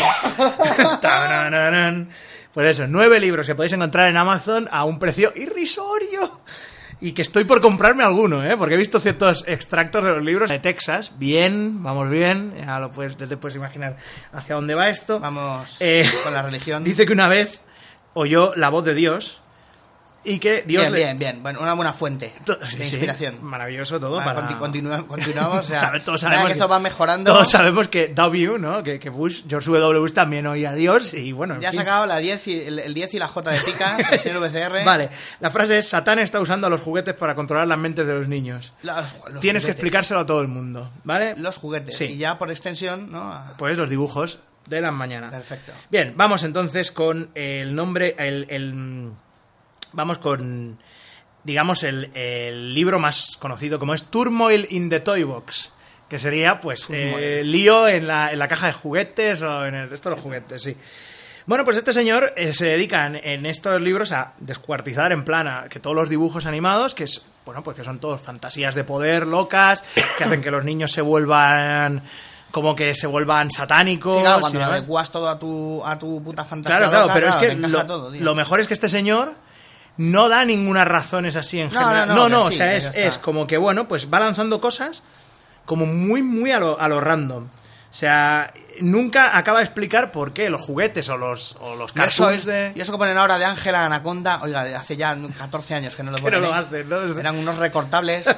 Tarararán. Pues eso, nueve libros que podéis encontrar en Amazon a un precio irrisorio. Y que estoy por comprarme alguno, ¿eh? Porque he visto ciertos extractos de los libros de Texas. Bien, vamos bien. Ya, lo puedes, ya te puedes imaginar hacia dónde va esto. Vamos Eh, con la religión. Dice que una vez oyó la voz de Dios y que Dios bien, le- bien, bien. Bueno, una buena fuente To- sí, sí. de inspiración. maravilloso todo. Vale, para- conti- continua- continuamos, o sea, Sabe- todos nada, sabemos que esto va mejorando. Todos sabemos que W, ¿no? Que, que Bush, George W. Bush también oía a Dios y bueno. en Ya ha fin. sacado la 10 y, el, el 10 y la J de picas, el señor VCR. Vale, la frase es: Satán está usando a los juguetes para controlar las mentes de los niños. Los, los Tienes que juguetes. explicárselo a todo el mundo, ¿vale? Los juguetes. Sí. Y ya por extensión, ¿no? A- Pues los dibujos de las mañanas. Perfecto. Bien, vamos entonces con el nombre, el, el- vamos con, digamos, el, el libro más conocido como es Turmoil in the Toy Box, que sería, pues, eh, lío en la, en la caja de juguetes o en el resto de los juguetes, sí. Bueno, pues este señor eh, se dedica en, en estos libros a descuartizar en plana que todos los dibujos animados, que es, bueno, pues que son todos fantasías de poder locas, que hacen que los niños se vuelvan como que se vuelvan satánicos. Sí, claro, y cuando lo demás. adecuas todo a tu, a tu puta fantasía. ¿eh? Claro, claro, loca, pero es claro, que te encaja lo, todo, tío. lo mejor es que este señor no da ninguna razones así en No, general. no, no, que o sí, sea, que es, ya está. es como que, bueno, pues va lanzando cosas como muy, muy a lo, a lo random. O sea, nunca acaba de explicar por qué los juguetes o los, o los Y eso, cartoons es, de... y eso que ponen ahora de Ángela Anaconda, oiga, de hace ya 14 años que no lo Pero ponen. lo ¿eh? hacen, ¿no? Es- Eran unos recortables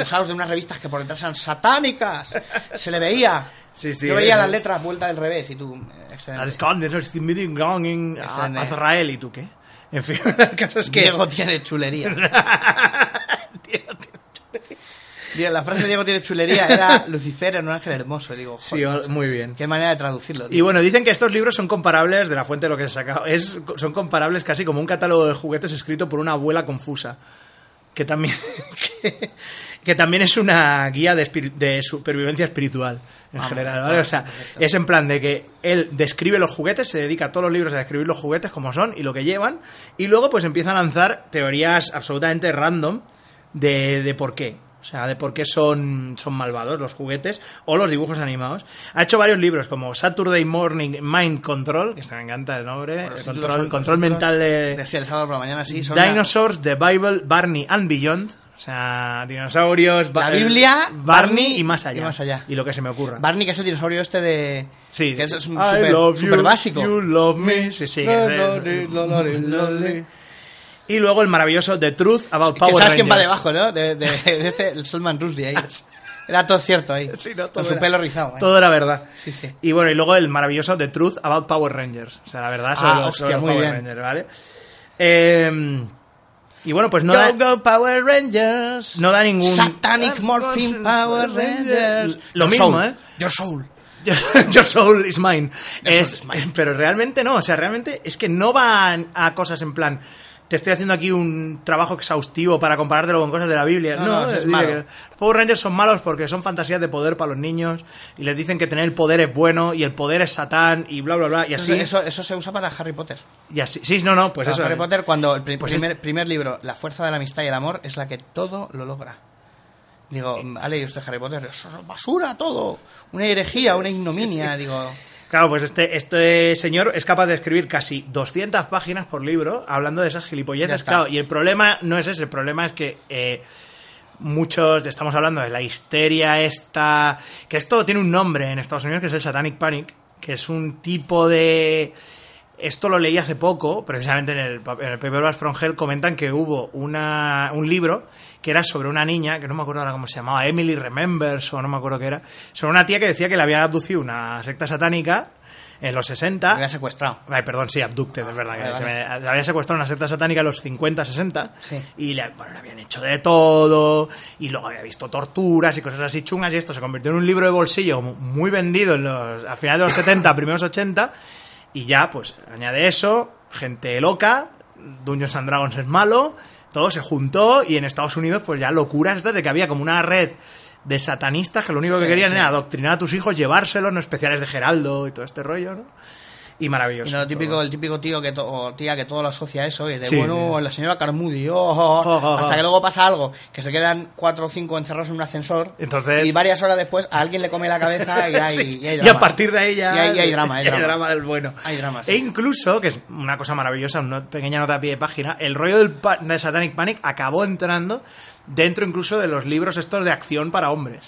usados de unas revistas que por detrás eran satánicas. Se le veía. Sí, sí, Yo veía eh. las letras vueltas al revés y tú. eh, Al Excelente. Scott, ¿no? Estoy meeting going in Excelente. a- Azrael y tú qué. En fin, el caso es que... Diego tiene chulería. Diego tiene- Bien, la frase Diego tiene chulería era Lucifer en un ángel hermoso. Digo, Sí, joder, o- muy bien. qué manera de traducirlo. Y tío. bueno, dicen que estos libros son comparables, de la fuente de lo que se saca, es, son comparables casi como un catálogo de juguetes escrito por una abuela confusa, que también, que, que también es una guía de, espiri- de supervivencia espiritual en Vamos, general. vale, ¿vale? O sea, perfecto. es en plan de que él describe los juguetes, se dedica a todos los libros a describir los juguetes como son y lo que llevan, y luego pues empieza a lanzar teorías absolutamente random de, de por qué. O sea, de por qué son, son malvados los juguetes o los dibujos animados. Ha hecho varios libros como Saturday Morning Mind Control, que se me encanta el nombre, Los eh, títulos control, son- control los títulos mental de, Sí, el sábado por la mañana sí. Son una- Dinosaurs, The Bible, Barney and Beyond. O sea, dinosaurios, La ba- eh, Biblia, Barney, Barney y más allá. y más allá. Y lo que se me ocurra. Barney, que es el dinosaurio este de. Sí, que es es un I super, love you, super básico. you love me. Sí, sí, ese es- Y luego el maravilloso The Truth About Que Power sabes quién va Rangers. Ah, debajo, ¿no? De, de- de este, el Solman Rushdie ahí. Era todo cierto ahí. Sí, no, todo con su era- pelo rizado. ¿eh? Todo era verdad. Sí, sí. Y bueno, y luego el maravilloso The Truth About Power Rangers. O sea, la verdad sobre, Ah, los- hostia, sobre los muy Power bien. Rangers, ¿vale? Eh, y bueno, pues no Go, da, go, Power Rangers. no da ningún... Satanic Morphin Power Rangers. Lo Your mismo, soul. ¿eh? Your soul. Your soul is mine. Your Es- soul is mine. Pero realmente no, o sea, realmente es que no van a cosas en plan. Te estoy haciendo aquí un trabajo exhaustivo para comparártelo con cosas de la Biblia. No, No, no, eso es dice malo. que los Power Rangers son malos porque son fantasías de poder para los niños y les dicen que tener el poder es bueno y el poder es Satán y bla, bla, bla. Y así. Eso, eso, eso se usa para Harry Potter. y así. Sí, no, no, pues Para eso. Harry Potter, cuando el pri- Pues primer, es- primer libro, La fuerza de la amistad y el amor, es la que todo lo logra. Digo, Eh. ¿ha leído usted Harry Potter? Eso es basura, todo. Una herejía, una ignominia. Digo, Claro, pues este, este señor es capaz de escribir casi 200 páginas por libro hablando de esas Ya gilipolleces. está. Claro, y el problema no es ese, el problema es que eh, muchos estamos hablando de la histeria esta, que esto tiene un nombre en Estados Unidos que es el Satanic Panic, que es un tipo de... Esto lo leí hace poco, precisamente en el, pa- en el Paper Blast from Hell comentan que hubo una, un libro que era sobre una niña, que no me acuerdo ahora cómo se llamaba, Emily Remembers o no me acuerdo qué era, sobre una tía que decía que le había abducido una secta satánica en los 60. me había secuestrado. Ay, perdón, sí, abducted, es verdad. que Vale, se vale. me- le había secuestrado una secta satánica a los 50, 60. Sí. Y le, bueno, le habían hecho de todo. Y luego había visto torturas y cosas así chungas. Y esto se convirtió en un libro de bolsillo mu- muy vendido en los, a finales de los 70, primeros 80. Y ya, pues, añade eso, gente loca, Dungeons and Dragons es malo, todo se juntó. Y en Estados Unidos, pues ya locuras estas de que había como una red de satanistas que lo único que Sí, querían sí. era adoctrinar a tus hijos, llevárselos, no especiales de Geraldo y todo este rollo, ¿no? Y maravilloso. Y no, lo típico, todo. el típico tío que to- o tía que todo lo asocia a eso y de Sí. bueno, la señora Carmudi, oh, oh, Jo, jo, hasta jo. que luego pasa algo, que se quedan cuatro o cinco encerrados en un ascensor Entonces- y varias horas después a alguien le come la cabeza y hay, Sí, y hay y drama. a partir de ahí ya Y hay- y hay drama, hay ya drama. del bueno. Hay drama, sí. E incluso, que es una cosa maravillosa, una pequeña nota a pie de página, el rollo del pa- de Satanic Panic acabó entrando dentro incluso de los libros estos de acción para hombres.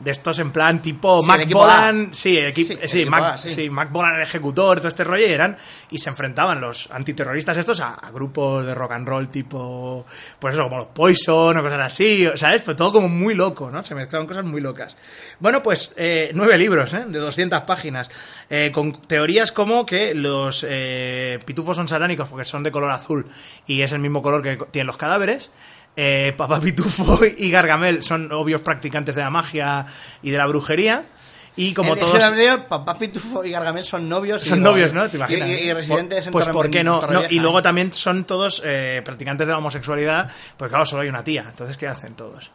de estos en plan tipo Sí, de Mac equipo Bolan, A. sí, equi- Sí, eh, sí, equipo Mac, A, sí. sí, Mac Bolan el ejecutor, todo este rollo, y eran y se enfrentaban los antiterroristas estos a, a grupos de rock and roll tipo, pues eso, como los Poison o cosas así, ¿sabes? Pero todo como muy loco, ¿no? Se mezclaban cosas muy locas. Bueno, pues eh, nueve libros, ¿eh? De 200 páginas, eh, con teorías como que los eh, pitufos son satánicos porque son de color azul y es el mismo color que co- tienen los cadáveres. Eh, Papá Pitufo y Gargamel son obvios practicantes de la magia y de la brujería. Y como En todos. Ejército, papá Pitufo y Gargamel son novios. y Son digo, novios, ¿no? ¿Te imaginas? Y, y- y Por- residentes en Pues Torre- ¿por qué en no? No, Y Torrevieja. luego también son todos eh, practicantes de la homosexualidad, porque claro, solo hay una tía. Entonces, ¿qué hacen todos?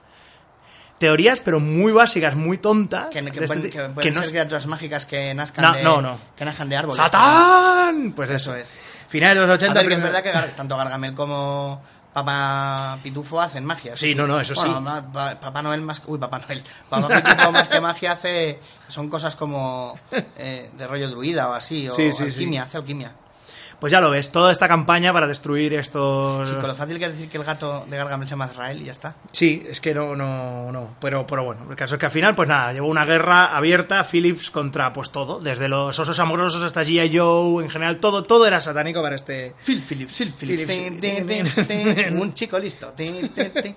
Teorías, pero muy básicas, muy tontas. Que, que, de este pueden, ti- que pueden que no ser es- criaturas mágicas que nazcan, No, de, no, no. que nazcan de árboles. ¡Satán! Pues eso, Eso es. es. Finales de los A 80. ver, que es primer- verdad que Gar- tanto Gargamel como Papá Pitufo hacen magia. Sí, no, no, eso sí. Bueno, ma- pa- Papá Noel más... Uy, Papá Noel. Papá Pitufo más que magia hace... Son cosas como eh, de rollo druida o así, o Sí, sí, sí. alquimia, hace alquimia. Pues ya lo ves, toda esta campaña para destruir estos. Sí, con lo fácil que es decir que el gato de Gargamel se llama Azrael y ya está. Sí, es que no, no, no. Pero, pero bueno, el caso es que al final, pues nada, llevó una guerra abierta, Phillips contra pues todo, desde los osos amorosos hasta G.I. Joe, en general, todo, todo era satánico para este. Phil Phillips, Phil Phillips. Phillips. Tin, tin, tin, tin. Un chico listo. Tin, tin, tin.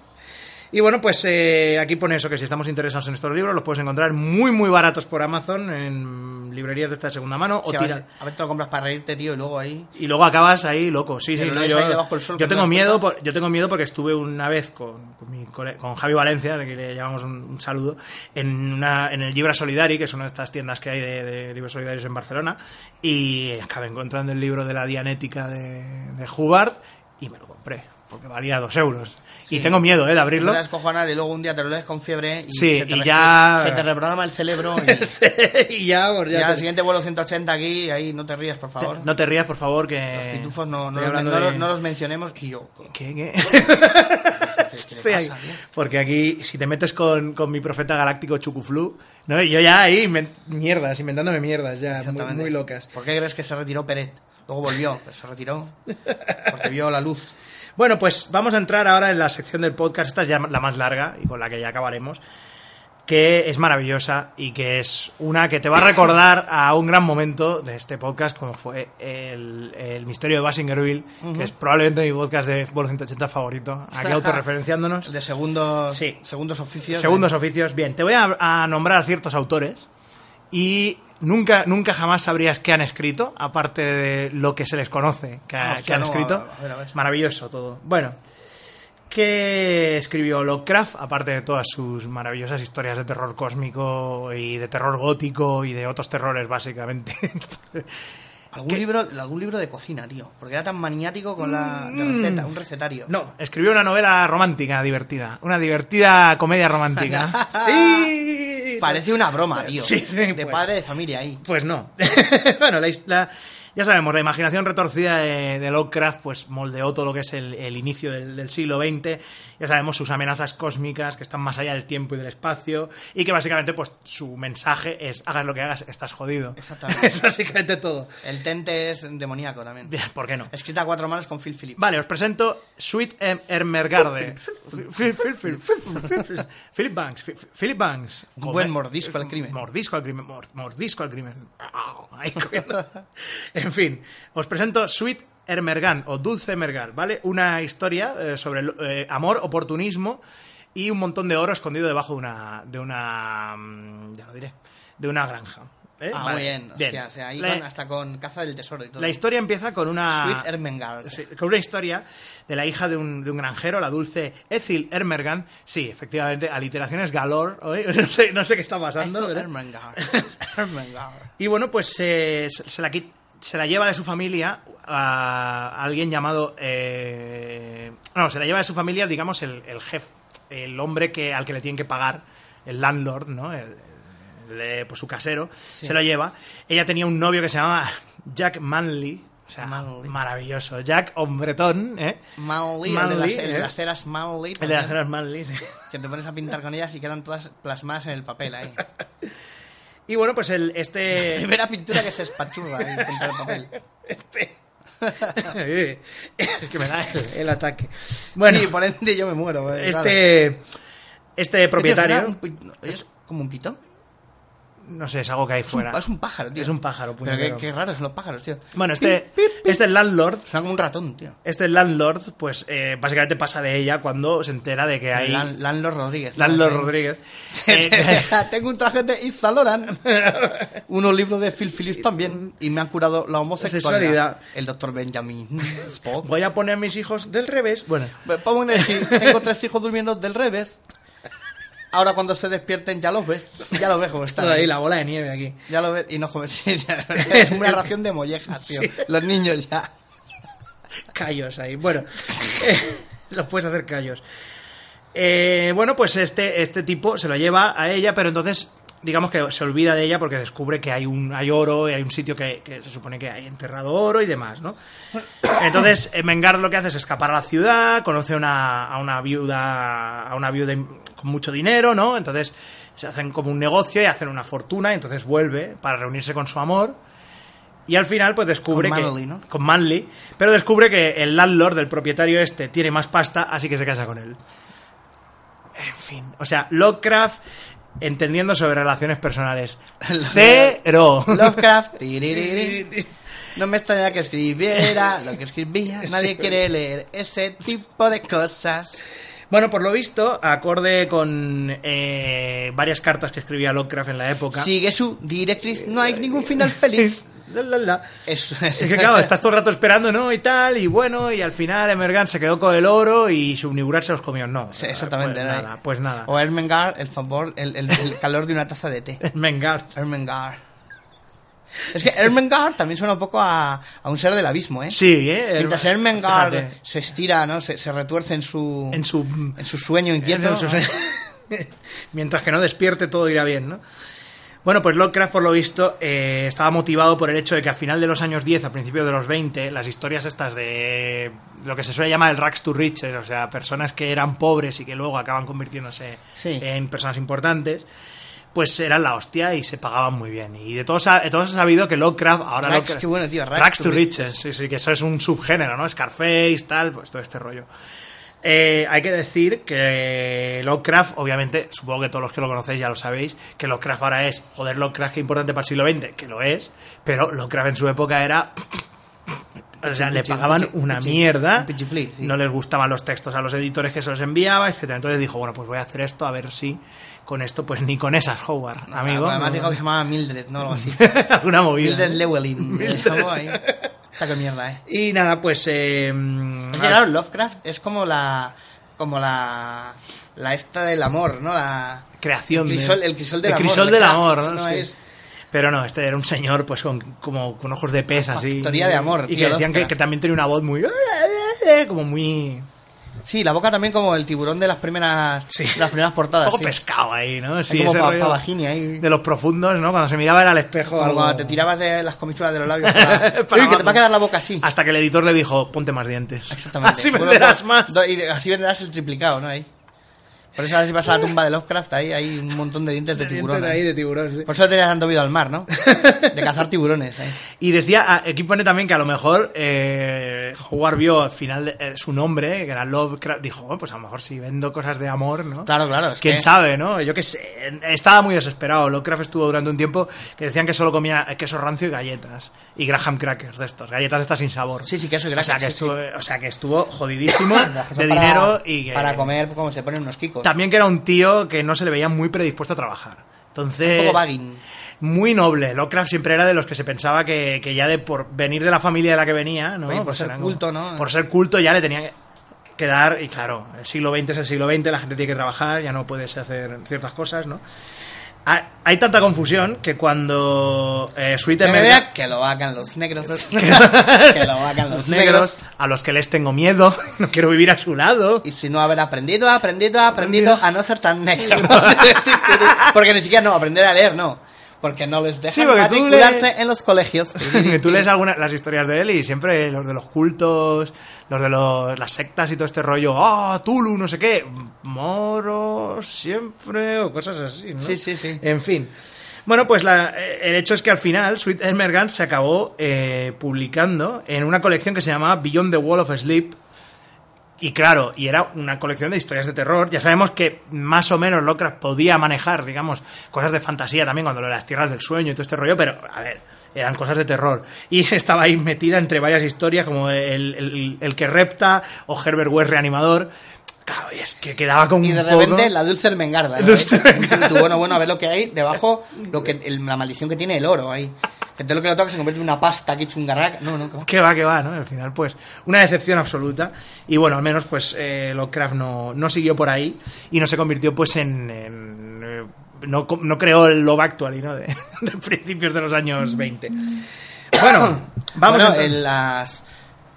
Y bueno, pues eh, aquí pone eso, que si estamos interesados en estos libros, los puedes encontrar muy, muy baratos por Amazon, en librerías de esta de segunda mano, Sí, o a, ver, tira. a ver, te lo compras para reírte, tío, y luego ahí... Y luego acabas ahí loco, sí, sí, Pero no, lo ves yo, ahí debajo del yo sol, que tengo no das miedo, cuenta. por- yo tengo miedo porque estuve una vez con, con, mi cole- con Javi Valencia, al que le llamamos un, un saludo, en, una, en el Libra Solidari, que es una de estas tiendas que hay de, de libros solidarios en Barcelona, y acabé encontrando el libro de la Dianética de, de Hubbard y me lo compré, porque valía dos euros. Y Sí. tengo miedo eh, de Te abrirlo. vas a descojonar y luego un día te lo lees con fiebre y, Sí, se, te y re- ya- se te reprograma el cerebro y y ya, pues, ya te- el siguiente vuelo 180 aquí y ahí no te rías, por te- favor. no te rías, por favor, que... los pitufos no, estoy no, los, hablando no de- los- no los mencionemos y yo... ¿Qué, qué? le Estoy ahí. pasa, tío? Porque aquí, si te metes con, con mi profeta galáctico Chucuflu, ¿no? Y yo ya ahí, inven- mierdas, inventándome mierdas, ya, muy, Exactamente. muy locas. ¿Por qué crees que se retiró Peret? Luego volvió, pero se retiró porque vio la luz. Bueno, pues vamos a entrar ahora en la sección del podcast, esta es ya la más larga y con la que ya acabaremos, que es maravillosa y que es una que te va a recordar a un gran momento de este podcast, como fue el, el misterio de Basingerville, que es probablemente mi podcast de Bolo 180 favorito, aquí autorreferenciándonos. El de segundos, Sí. segundos oficios. Segundos oficios. Bien, te voy a, a nombrar ciertos autores y nunca, nunca jamás sabrías qué han escrito, aparte de lo que se les conoce que, ha- Ah, hostia, que han no, escrito. a ver, a ver. Maravilloso todo. Bueno, ¿qué escribió Lovecraft, aparte de todas sus maravillosas historias de terror cósmico y de terror gótico y de otros terrores, básicamente? ¿Algún libro, algún libro de cocina, tío. Porque era tan maniático con la de receta, un recetario. Mm. No, escribió una novela romántica divertida, una divertida comedia romántica. sí. Parece una broma, tío. Sí, sí, de pues. padre de familia ahí. Pues no. bueno, la, his- la- ya sabemos, la imaginación retorcida de, de Lovecraft pues moldeó todo lo que es el, el inicio del, del siglo XX. Ya sabemos sus amenazas cósmicas que están más allá del tiempo y del espacio y que básicamente pues su mensaje es hagas lo que hagas, estás jodido. Exactamente. básicamente todo. El tente es demoníaco también. ¿Por qué no? Escrita a cuatro manos con Phil Phillips. Vale, os presento Sweet Em- Ermengarde. Oh, Phil- Phil- Phil- Phil- Phil- Philip Banks. Phil- Philip Banks. Un buen mordisco al crimen. Mordisco al crimen. mor- Mordisco al crimen. Ahí corriendo. En fin, os presento Sweet Ermergan o Dulce Mergal, ¿vale? Una historia eh, sobre el, eh, amor, oportunismo y un montón de oro escondido debajo de una. de una. mm, ya lo diré. de una granja. ¿eh? Ah, Vale, muy bien. Hostia, o sea, ahí La- van hasta con caza del tesoro y todo. la historia empieza con una. Sweet Ermengarde. Sí, con una historia de la hija de un, de un granjero, la dulce Ethel Ermergan. Sí, efectivamente, aliteraciones galore. ¿oye? No sé, no sé qué está pasando. Ethel ¿verdad? Ermengarde. Ermengarde. Y bueno, pues eh, se, se la, qui- se la lleva de su familia a alguien llamado... eh, no, se la lleva de su familia, digamos, el, el jefe, el hombre que, al que le tienen que pagar, el landlord, ¿no? El- el- el- pues su casero, se lo lleva. Ella tenía un novio que se llamaba Jack Manley. O sea, Manley. maravilloso. Jack Hombretón, ¿eh? Manly, el de las- Manly, el ¿eh? de las ceras Manly. El de las ceras Manley, sí. Que te pones a pintar con ellas y quedan todas plasmadas en el papel ahí. Y bueno, pues el, este... Primera pintura que se espachurra ahí, pintar el papel. es que me da el, el ataque. Bueno, Sí, por ende yo me muero. eh, claro. este este Este propietario es una- un pin- es ¿Como un pito? No sé, es algo que hay Es un, fuera. es un pájaro, tío. Es un pájaro, Pero qué, puñetero. qué raros son los pájaros, tío. Bueno, este, Pi, pi, pi. este landlord, Suena como un ratón, tío. este landlord, pues eh, básicamente pasa de ella cuando se entera de que hay Lan- Lanlord Rodríguez. ¿no? landlord Sí. Rodríguez. eh, Tengo un traje de Isa Loran, unos libros de Phil Phillips también, y me han curado la homosexualidad. Sexualidad. El doctor Benjamin Spock. Pues, voy a poner a mis hijos del revés. Bueno, Me pongo en el sí, tengo tres hijos durmiendo del revés. Ahora cuando se despierten ya los ves. Ya los ves como están. toda ahí ahí. la bola de nieve aquí. Ya lo ves. Y no joven. sí, ya- es una ración de mollejas, tío. Sí. Los niños ya. callos ahí. Bueno, eh, los puedes hacer callos. Eh, bueno, pues este, este tipo se lo lleva a ella, pero entonces digamos que se olvida de ella porque descubre que hay un hay oro y hay un sitio que, que se supone que hay enterrado oro y demás, ¿no? Entonces, eh, Mengar lo que hace es escapar a la ciudad, conoce una- a una viuda, a una viuda in- con mucho dinero, ¿no? Entonces se hacen como un negocio y hacen una fortuna, y entonces vuelve para reunirse con su amor. Y al final, pues descubre Con que. Manly, ¿no? Con Manly. Pero descubre que el landlord del propietario este tiene más pasta, así que se casa con él. En fin. O sea, Lovecraft entendiendo sobre relaciones personales. Cero. Lovecraft. tiririri. No me extraña que escribiera lo que escribía. Nadie quiere leer ese tipo de cosas. Bueno, por lo visto, acorde con eh, varias cartas que escribía Lovecraft en la época. Sigue su directriz. No hay ningún final feliz. La, la, la. Eso Es que claro, estás todo el rato esperando, ¿no? Y tal, y bueno, y al final Emergan se quedó con el oro y Subnigurat se los comió. No. Sí, exactamente. Pues no hay. nada, pues nada. O Ermengar, el favor, el, el- el calor de una taza de té. Mengar. Ermengar. Es que Ermengar también suena un poco a, a un ser del abismo, ¿eh? Sí, ¿eh? Mientras Ermengar Fíjate, se estira, ¿no? Se, se retuerce en su, En su... en su sueño inquieto. en su- Mientras que no despierte todo irá bien, ¿no? Bueno, pues Lovecraft, por lo visto, eh, estaba motivado por el hecho de que a final de los años 10, a principios de los 20, las historias estas de lo que se suele llamar el rags to riches, o sea, personas que eran pobres y que luego acaban convirtiéndose Sí. en personas importantes, pues eran la hostia y se pagaban muy bien. Y de todos, ha- de todos ha sabido que Lovecraft, ahora Rags, Lovecraft- qué bueno, tío, rags rags to to riches, sí, sí, que eso es un subgénero, ¿no? Scarface, tal, pues todo este rollo. Eh, hay que decir que Lovecraft, obviamente, supongo que todos los que lo conocéis ya lo sabéis, que Lovecraft ahora es, joder, Lovecraft que importante para el siglo XX, que lo es, pero Lovecraft en su época era... O sea, le pichi, pagaban pichi, una pichi, mierda, un pichiflí, sí. no les gustaban los textos a los editores que se los enviaba, etcétera. Entonces dijo, bueno, pues voy a hacer esto, a ver si con esto, pues ni con esas, Howard, amigo. Además No, dijo que se llamaba Mildred, ¿no? Algo así. Alguna movida. Mildred ¿no? Llewellyn. Mildred. Algo ahí. Está que mierda, ¿eh? Y nada, pues... eh, mm, Es que, claro, Lovecraft es como la... Como la... La esta del amor, ¿no? La... creación El de- crisol, el crisol del el amor. crisol de del Kraft, amor, ¿no? no Sí. es- Pero no, este era un señor pues con, como, con ojos de pez así. Factoría de amor, Y tío, que decían que, Lovecraft. que también tenía una voz muy... Como muy... Sí, la boca también como el tiburón de las primeras, Sí. de las primeras portadas. Un poco sí. pescado ahí, ¿no? Sí, como ese pa- rollo Pavagini ahí. De los profundos, ¿no? Cuando se miraba era al espejo. Como algo- cuando te tirabas de las comisuras de los labios. Para... para Uy, que te abajo. va a quedar la boca así. Hasta que el editor le dijo, ponte más dientes. Exactamente. Así Bueno, venderás pues, más. do- Y de- así venderás el triplicado, ¿no? Ahí. Por eso ahora si vas a la tumba de Lovecraft, ahí hay un montón de dientes de, Dientes tiburón. ¿eh? Pues- ahí ahí. de tiburón, sí. Por eso tenías tanto miedo al mar, ¿no? De cazar tiburones. ¿eh? ahí. Y decía, ah, aquí pone también que a lo mejor eh, Howard vio al final de- eh, su nombre, que era Lovecraft, dijo, "Bueno, pues a lo mejor si vendo cosas de amor, ¿no? Claro, claro. Es Quién que... sabe, ¿no? Yo que sé. Estaba muy desesperado. Lovecraft estuvo durante un tiempo que decían que solo comía queso rancio y galletas. Y Graham crackers de estos. Galletas de estas sin sabor. Sí, sí, que eso o sea, que estuvo, o sea, que estuvo jodidísimo de para, dinero y que- Para comer, como se ponen unos kikos. También que era un tío que no se le veía muy predispuesto a trabajar. Un Entonces, poco bagging. muy noble. Lovecraft siempre era de los que se pensaba que, que ya de por venir de la familia de la que venía, ¿no? Oye, por Pues ser eran culto, ¿no? Por ser culto ya le tenían que dar, y claro, el siglo XX es el siglo XX, la gente tiene que trabajar, ya no puedes hacer ciertas cosas, ¿no? Ha- Hay tanta confusión que cuando eh, Sweet Que me Emerga- vea que lo hagan los negros. que lo hagan los los negros. negros, a los que les tengo miedo, no quiero vivir a su lado. Y si no haber aprendido, aprendido, aprendido a no ser tan negro. porque ni siquiera no, aprender a leer no. Porque no les Sí, dejan porque tú matricularse lees- en los colegios. Que tú lees algunas las historias de él y siempre los de los cultos, los de los- las sectas y todo este rollo, ah, Tulu, no sé qué, moros siempre, o cosas así, ¿no? Sí, sí, sí. En fin. Bueno, pues la- eh, el hecho es que al final Sweet Emergant se acabó eh, publicando en una colección que se llamaba Beyond the Wall of Sleep, Y claro, y era una colección de historias de terror. Ya sabemos que más o menos Lovecraft podía manejar, digamos, cosas de fantasía también, cuando lo de las tierras del sueño y todo este rollo, pero a ver, eran cosas de terror. Y estaba ahí metida entre varias historias, como el, el- el que repta o Herbert West reanimador. Claro, y es que quedaba con Y un de poco- repente la dulce Ermengarda. ¿no? Dulce Y tú, bueno, bueno, a ver lo que hay debajo, lo que el- la maldición que tiene el oro ahí. Que todo lo que lo toca se convierte en una pasta aquí chungarraca. No, no, que va. Que va, que va, ¿no? Al final, pues, una decepción absoluta. Y bueno, al menos, pues, eh, Lovecraft no, no siguió por ahí y no se convirtió, pues, en. en, eh, no, co- no creó el Love Actually, ¿no? De, de principios de los años 20. Bueno, vamos Bueno, entonces. en las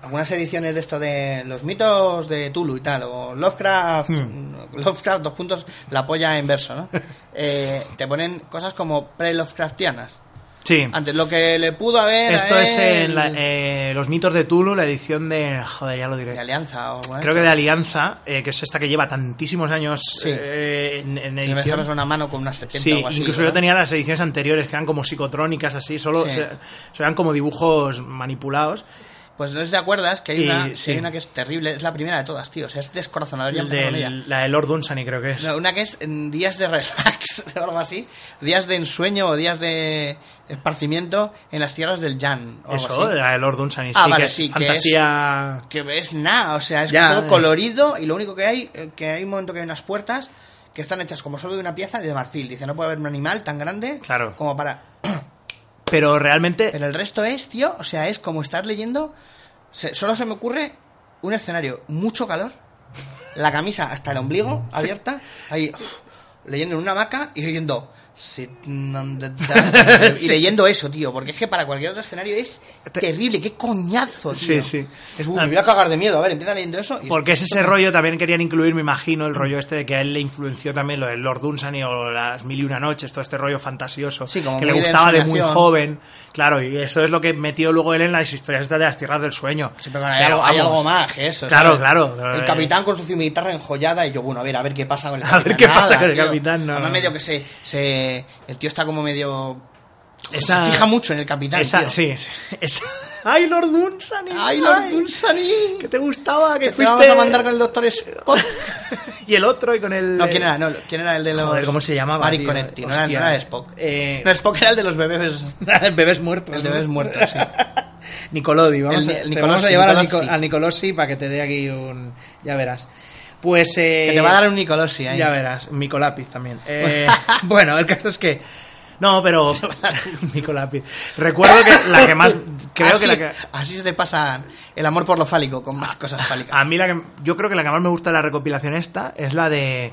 algunas ediciones de esto de los mitos de Tulu y tal o Lovecraft mm, Hmm. Lovecraft dos puntos la polla en verso ¿no? Eh, te ponen cosas como pre Lovecraftianas Sí. antes lo que le pudo haber a Esto es él, en la- eh, Los mitos de Tulu, la edición de. Joder, ya lo diré. de Alianza o algo eh, Creo que de Alianza, eh, que es esta que lleva tantísimos años eh, en, en me edición. sacas una mano con una serpiente o Sí, algo así, incluso yo ¿verdad? tenía las ediciones anteriores que eran como psicotrónicas, así, solo Sí. se- se eran como dibujos manipulados. pues no sé si te acuerdas que hay, Y- una, que sí. hay una que es terrible es la primera de todas tío o sea es descorazonadora ya El empezamos del- con ella. la de Lord Dunsany, creo que es. No, una que es en días de relax o algo así, días de ensueño o días de esparcimiento en las tierras del Jan. O algo Eso, así. la de Lord Dunsany, Ah, sí, vale, que es sí, que fantasía. Que es nada, o sea, es Ya, todo eh. colorido y lo único que hay, eh, que hay un momento que hay unas puertas que están hechas como solo de una pieza de marfil. Dice, no puede haber un animal tan grande Claro. como para... Pero realmente. Pero el resto es, tío, o sea, es como estar leyendo... se- solo se me ocurre un escenario, mucho calor, la camisa hasta el ombligo abierta, ahí uf, leyendo en una hamaca y oyendo... "Sitting on the dock", Y Sí. leyendo eso, tío, porque es que para cualquier otro escenario es terrible, qué coñazo, Sí, tío. sí. Ah. Es, "Uy, me voy a cagar de miedo, a ver, empieza leyendo eso. y- Porque es ese rollo, también querían incluir, me imagino, el rollo este de que a él le influenció también lo del Lord Dunsany o las Mil y Una Noches, todo este rollo fantasioso Sí, como que le muy de gustaba de muy ensoñación. joven. Claro, y eso es lo que metió luego él en las historias estas de las tierras del sueño. Sí, pero hay, algo, Vamos. hay algo más que eso. Claro, ¿sabes? claro. El capitán con su cimitarra enjollada y yo, bueno, a ver, a ver qué pasa con el A capitán. ver qué Nada, pasa con el tío. capitán, no. Además, medio que se, se... El tío está como medio... Esa- Se fija mucho en el capitán, Esa, tío. sí, sí, esa- ¡Ay, Lord Dunsany! ¡Ay, Lord Dunsany! Que te gustaba, que Te fuiste... vamos a mandar con el doctor Spock. Y el otro, y con el... No, ¿quién era? No, ¿quién era el de los...? Joder, ¿cómo se llamaba, Marie tío? Conetti. No era, no Hostia. era Spock. Eh, No, Spock era el de los bebés... el bebés muertos. El de ¿no? bebés muertos, sí. Nicolodi, vamos, El- a, el te vamos a Nicolossi, llevar al Nicolossi. Nico- al Nicolossi para que te dé aquí un... Ya verás. Pues... eh, Que te va a dar un Nicolosi ahí. Ya verás, un Micolápiz también. Eh, bueno, el caso es que... No, pero... Micolápiz. Recuerdo que la que más... Creo así, que la que... Así se te pasa el amor por lo fálico, con más cosas fálicas. A mí la que, yo creo que la que más me gusta de la recopilación esta es la de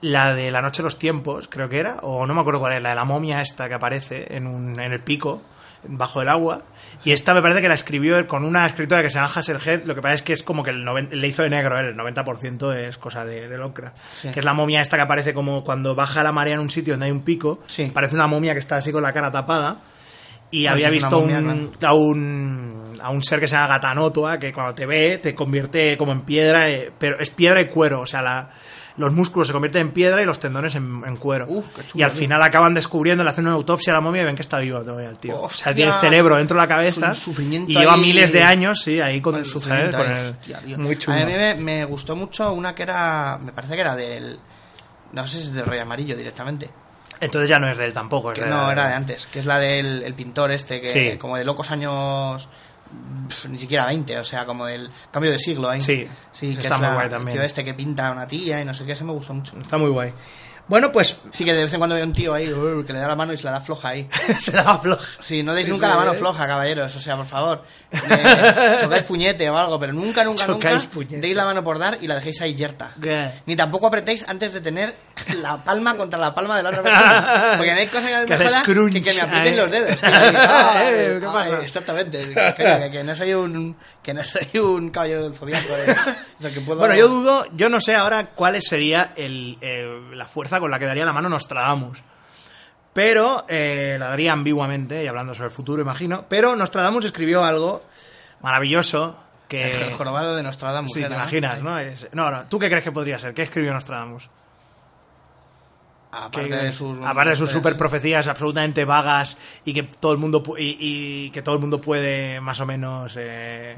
la de la noche de los tiempos, creo que era, o no me acuerdo cuál es, la de la momia esta que aparece en un en el pico bajo el agua y esta me parece que la escribió él con una escritora que se llama Hasselhead, lo que pasa es que es como que el 90 le hizo de negro él, el 90% es cosa de, de Lovecraft, Sí. que es la momia esta que aparece como cuando baja la marea en un sitio donde hay un pico, Sí. parece una momia que está así con la cara tapada y Ah, había eso es una visto momia, un, a, un, a un ser que se llama Gatanotua, que cuando te ve te convierte como en piedra, eh, pero es piedra y cuero, o sea, la- los músculos se convierten en piedra y los tendones en, en cuero. Uf, qué chulo, y al tío. final acaban descubriendo, le hacen una autopsia a la momia y ven que está vivo todavía el tío. o sea, tiene el Hostias. cerebro dentro de la cabeza Es un sufrimiento y lleva ahí. miles de años, sí, ahí con, Con el su sufrimiento Pues, con ahí, el- hostia, tío. muy chulo. A mí me, me gustó mucho una que era. Me parece que era del. No sé si es del Rey Amarillo directamente. Entonces ya no es de él tampoco. es Que de- no, era de antes. Que es la del el pintor este, que Sí. como de locos años. pf, Ni siquiera 20, o sea, como del cambio de siglo ahí. Sí, sí eso que está es muy la- guay el también. tío este que pinta a una tía y no sé qué, ese me gustó mucho. Está muy guay. Bueno, pues Sí, que de vez en cuando veo un tío ahí uy, que le da la mano y se la da floja ahí. se daba floja. Sí, no deis Sí, nunca sí, la mano ¿eh? floja, caballeros. O sea, por favor. Eh, chocáis puñete o algo, pero nunca, nunca, Chocáis nunca puñete. deis la mano por dar y la dejéis ahí yerta. Yeah. Ni tampoco apretéis antes de tener la palma contra la palma de la otra persona. Porque no hay cosa que, Que me haces joda crunch, que, que me ahí. aprieten los dedos. tío. Ay, Eh, ¿qué ay, pasa? exactamente. Que, que- que no soy un, que no soy un caballero del zodiaco. eh. O sea, que puedo- Bueno, yo dudo, yo no sé ahora cuál sería el, eh, la fuerza con la que daría la mano Nostradamus. Pero eh, la daría ambiguamente, y hablando sobre el futuro, imagino. Pero Nostradamus escribió algo maravilloso que. El jorobado de Nostradamus. ¿eh, Sí, era, te ¿no? imaginas, ¿no? Es- no, no, ¿Tú qué crees que podría ser? ¿Qué escribió Nostradamus? Aparte Que- de sus... aparte de sus historias. super profecías absolutamente vagas y que todo el mundo pu- y, y que todo el mundo puede más o menos eh,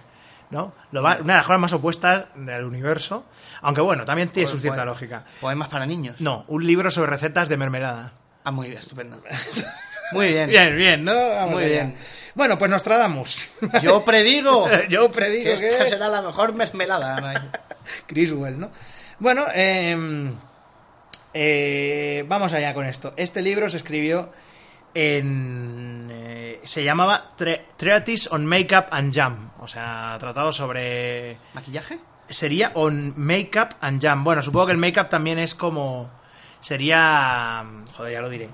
¿no? Lo va- una de las cosas más opuestas del universo, aunque bueno, también tiene su cierta Poe- lógica. Poemas Pues para niños. No, un libro sobre recetas de mermelada. Ah, muy bien, estupendo. Muy bien. Bien, bien, ¿no? Vamos Muy allá. bien. Bueno, pues Nostradamus. Yo predigo. Yo predigo que esta que- será la mejor mermelada. Criswell, ¿no? Bueno, eh, eh, vamos allá con esto. Este libro se escribió en... eh, se llamaba Tre- Treatise on Makeup and Jam, o sea, tratado sobre... ¿Maquillaje? Sería on Makeup and Jam. Bueno, supongo que el makeup también es como... Sería... Joder, ya lo diré.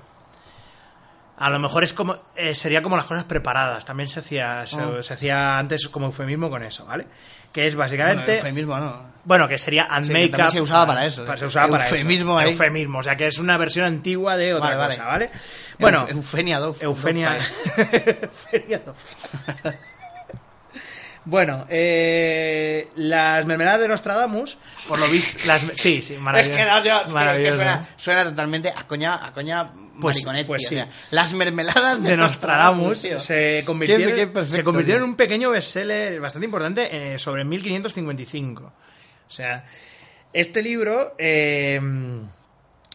A lo mejor es como eh, sería como las cosas preparadas. También se hacía se, Ah. se hacía antes como eufemismo con eso, ¿vale? Que es Bueno, básicamente eufemismo, ¿no? bueno, que sería and Sí, que make también up. Pues se usaba para eso, ¿eh? se usaba para eso. Eufemismo ahí. Eufemismo, o sea que es una versión antigua de otra Vale, vale. cosa, ¿vale? Bueno, Euf- Eufenia Dof. Eufenia. Dof- Eufenia Dof. bueno, eh, las mermeladas de Nostradamus, por lo visto. Las, sí, sí, Es maravilloso. que, no, yo- es que- que maravilloso. suena, suena totalmente a coña, a coña Pues- mariconet, pues tío, sí. o sea, las mermeladas de, de Nostradamus tío. se Qué- qué convirtieron, perfecto, se convirtieron tío. en un pequeño bestseller bastante importante eh, sobre 1555. O sea, este libro eh,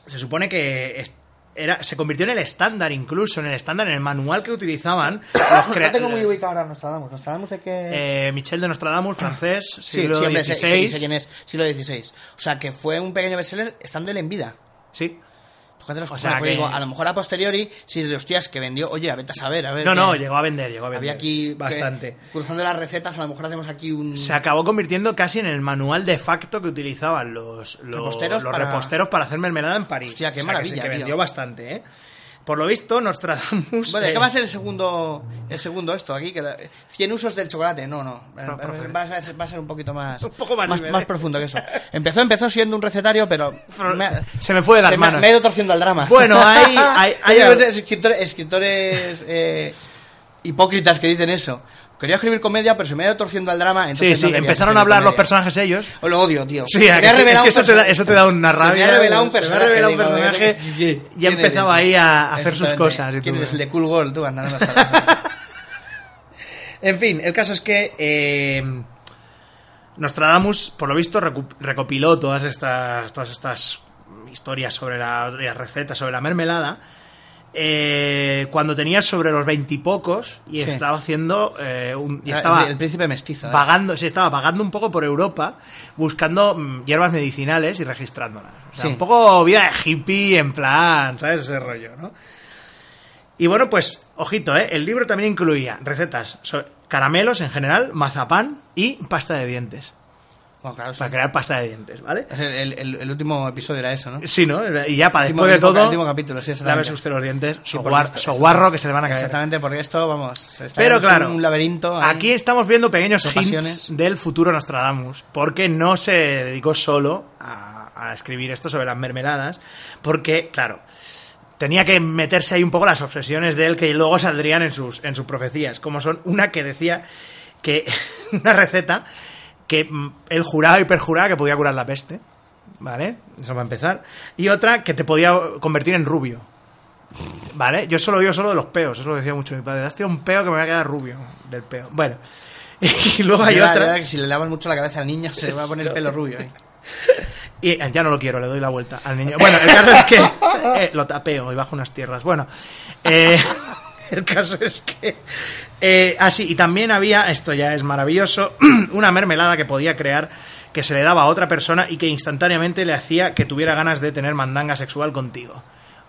se supone que es- era, se convirtió en el estándar, incluso en el estándar, en el manual que utilizaban los No crea- tengo muy ubicado ahora Nostradamus. Nostradamus de que... eh, Michel de Nostradamus, francés, sí, siglo siempre sé- sí, XVI. sé quién es. Siglo XVI. O sea, que fue un pequeño bestseller estando él en vida. sí. Fíjate los O cojones, sea porque que- digo, a lo mejor a posteriori, si es de hostias que vendió, oye, a vete a saber, a ver. No, qué- no, llegó a vender, llegó a vender. Eh, Había aquí que- bastante. cruzando las recetas, a lo mejor hacemos aquí un. se acabó convirtiendo casi en el manual de facto que utilizaban los, los, Reposteros los para- reposteros para hacer mermelada en París. Hostia, qué que maravilla, sí Que, tío. vendió bastante, ¿eh? Por lo visto, Nostradamus... Bueno, eh, ¿qué va a ser el segundo, el segundo esto aquí? Que la- 100 usos del chocolate. No, no. Va, va- profe. va a ser, va a ser un poquito más. Un poco más nivel, más ¿eh? profundo que eso. Empezó, empezó siendo un recetario, pero. Pero ha- se- se me fue de las se me ha- manos. Me he ido torciendo al drama. Bueno, hay- hay- hay- Yo creo que es escritores, escritores, eh, hipócritas que dicen eso. Quería escribir comedia, pero se me ha ido torciendo al drama. Sí, Entonces sí, no quería empezaron escribir a hablar los comedia. personajes ellos. Oh, Lo odio, tío. Sí, Se a me que ha sí, revelado es que un eso te, da, perso- eso te da una se me ha rabia. revelado un se me ha personaje, revelado un digo, personaje ¿quién- quién- y ha quién empezado eres? ahí a hacer sus Exactamente. cosas. y tú, ¿Quién eres? bueno. El de Cool World, tú, anda, no me jodas. En fin, el caso es que eh, Nostradamus, por lo visto, recu- recopiló todas estas, todas estas historias sobre la, las recetas, sobre la mermelada, eh, cuando tenía sobre los veintipocos y, Sí. estaba haciendo eh, un... y estaba el príncipe mestizo. ¿eh? vagando, se estaba vagando un poco por Europa buscando mm, hierbas medicinales y registrándolas. O sea, Sí. un poco vida de hippie en plan, ¿sabes? Ese rollo, ¿no? Y bueno, pues, ojito, ¿eh? El libro también incluía recetas sobre caramelos en general, mazapán y pasta de dientes. Bueno, claro, sí. Para crear pasta de dientes, ¿vale? Es el, el- el- el último episodio era eso, ¿no? Sí, ¿no? Y ya para Último- después de último- todo, último capítulo, sí, exactamente. lávese usted los dientes, Sí, por soguar- esto, soguarro exacto. que se le van a caer. Exactamente, porque esto, vamos, está Pero es claro, un laberinto. ¿eh? ahí. aquí estamos viendo pequeños de hints pasiones. del futuro Nostradamus, porque no se dedicó solo a, a escribir esto sobre las mermeladas, porque, claro, tenía que meterse ahí un poco las obsesiones de él que luego saldrían en sus, en sus profecías, como son una que decía que una receta que mm, él juraba y perjuraba que podía curar la peste, ¿vale? Eso va a empezar. Y otra que te podía convertir en rubio. ¿Vale? Yo solo oigo solo de los peos, eso lo decía mucho mi padre. Has tirado un peo que me va a quedar rubio del peo. Bueno, y luego hay Yo la verdad otra. que si le lavas mucho la cabeza al niño se le va a poner el pelo rubio. ¿eh? Y eh, ya no lo quiero, le doy la vuelta al niño. Bueno, el caso es que eh, lo tapeo y bajo unas tierras. Bueno, eh, el caso es que. Eh, así, y también había, esto ya es maravilloso, una mermelada que podía crear que se le daba a otra persona y que instantáneamente le hacía que tuviera ganas de tener mandanga sexual contigo.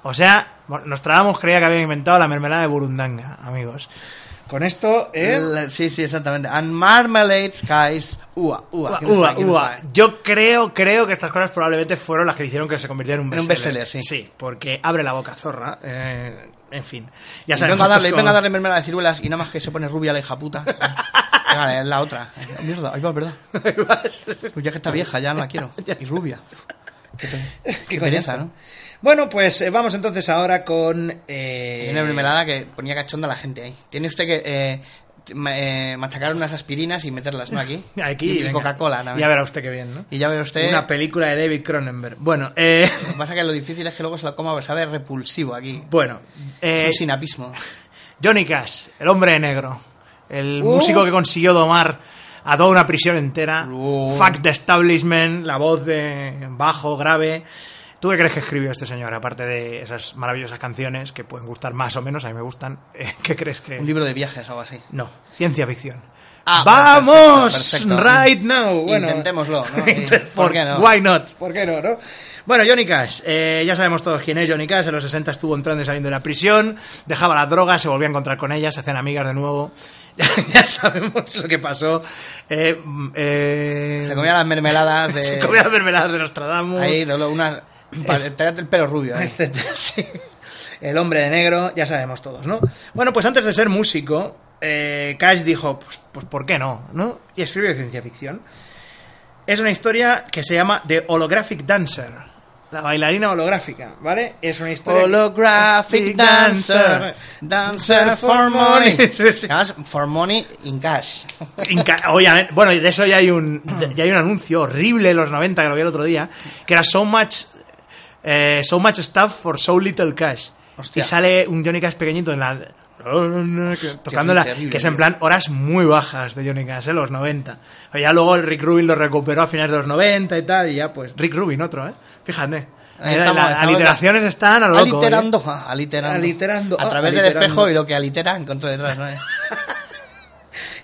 O sea, Nostradamus creía que había inventado la mermelada de Burundanga, amigos. Con esto, eh, La- sí, sí, exactamente. And marmalade skies. Ua, ua. Ua, ¿quién lo ua, sabe? ¿quién lo ua. sabe? Yo creo, creo que estas cosas probablemente fueron las que hicieron que se convirtiera en un En un bestseller. bestseller, sí. porque abre la boca, zorra. eh, en fin. Ya sabemos, Y venga a esto es darle, como- venga a darle mermelada de ciruelas y nada más que se pone rubia la hija puta. Venga, es la otra. Oh, mierda, ahí va, verdad. Pues ya que está vieja, ya no la quiero. Y rubia. Qué, pe- qué pereza, ¿no? Bueno, pues eh, vamos entonces ahora con... eh, Y una mermelada que ponía cachonda a la gente ahí. Tiene usted que eh, ma- eh, machacar unas aspirinas y meterlas, ¿no? Aquí. Aquí, Y- y, venga. Coca-Cola también. Ya verá usted qué bien, ¿no? Y ya verá usted. Una película de David Cronenberg. Bueno, eh, Lo que pasa es que lo difícil es que luego se lo coma, porque sabe repulsivo aquí. bueno. Es eh, un sinapismo. Johnny Cash, el hombre de negro. El Uh. músico que consiguió domar a toda una prisión entera. Oh. Fuck the establishment, la voz de bajo, grave. ¿Tú qué crees que escribió este señor? Aparte de esas maravillosas canciones que pueden gustar más o menos, a mí me gustan. eh, ¿Qué crees que.? Un libro de viajes o algo así. No, ciencia ficción. Ah, ¡Vamos! perfecto, perfecto. Right now. Bueno, Intentémoslo, ¿no? Eh, ¿por qué no? Why not? ¿Por qué no, no? Bueno, Johnny Cash. eh, ya sabemos todos quién es Johnny Cash. En los 60 estuvo entrando y saliendo de la prisión. Dejaba las drogas, se volvía a encontrar con ellas, se hacían amigas de nuevo. ya sabemos lo que pasó. Eh, mm, eh, Se comía las mermeladas de... se comía las mermeladas de Nostradamus. Ahí, de lo- una... Vale, Tenía el pelo rubio ahí. etcétera, sí. El hombre de negro, ya sabemos todos, ¿no? Bueno, pues antes de ser músico, eh, Cash dijo, pues, pues ¿por qué no? ¿no? Y escribió ciencia ficción. Es una historia que se llama The Holographic Dancer. La bailarina holográfica, ¿vale? Es una historia... Holographic dancer, dancer for money. Además, for money in cash. Inca- Obviamente, bueno, y de eso ya hay un ya hay un anuncio horrible de los 90 que lo vi el otro día, que era so much eh, so much stuff for so little cash. Hostia. Y sale un Johnny Cash pequeñito en la Oh, tocando la, terrible, que es en tío. plan horas muy bajas de Johnny Cash, eh, los 90. Pero ya luego el Rick Rubin lo recuperó a finales de los 90 y tal y ya pues Rick Rubin otro, ¿eh? Fíjate. Eh, Ahí Las estamos, estamos aliteraciones en la- están a lo loco. ¿eh? aliterando, ah, aliterando. Aliterando, A ah, través aliterando. del espejo y lo que alitera encontró detrás, ¿no? ¿eh?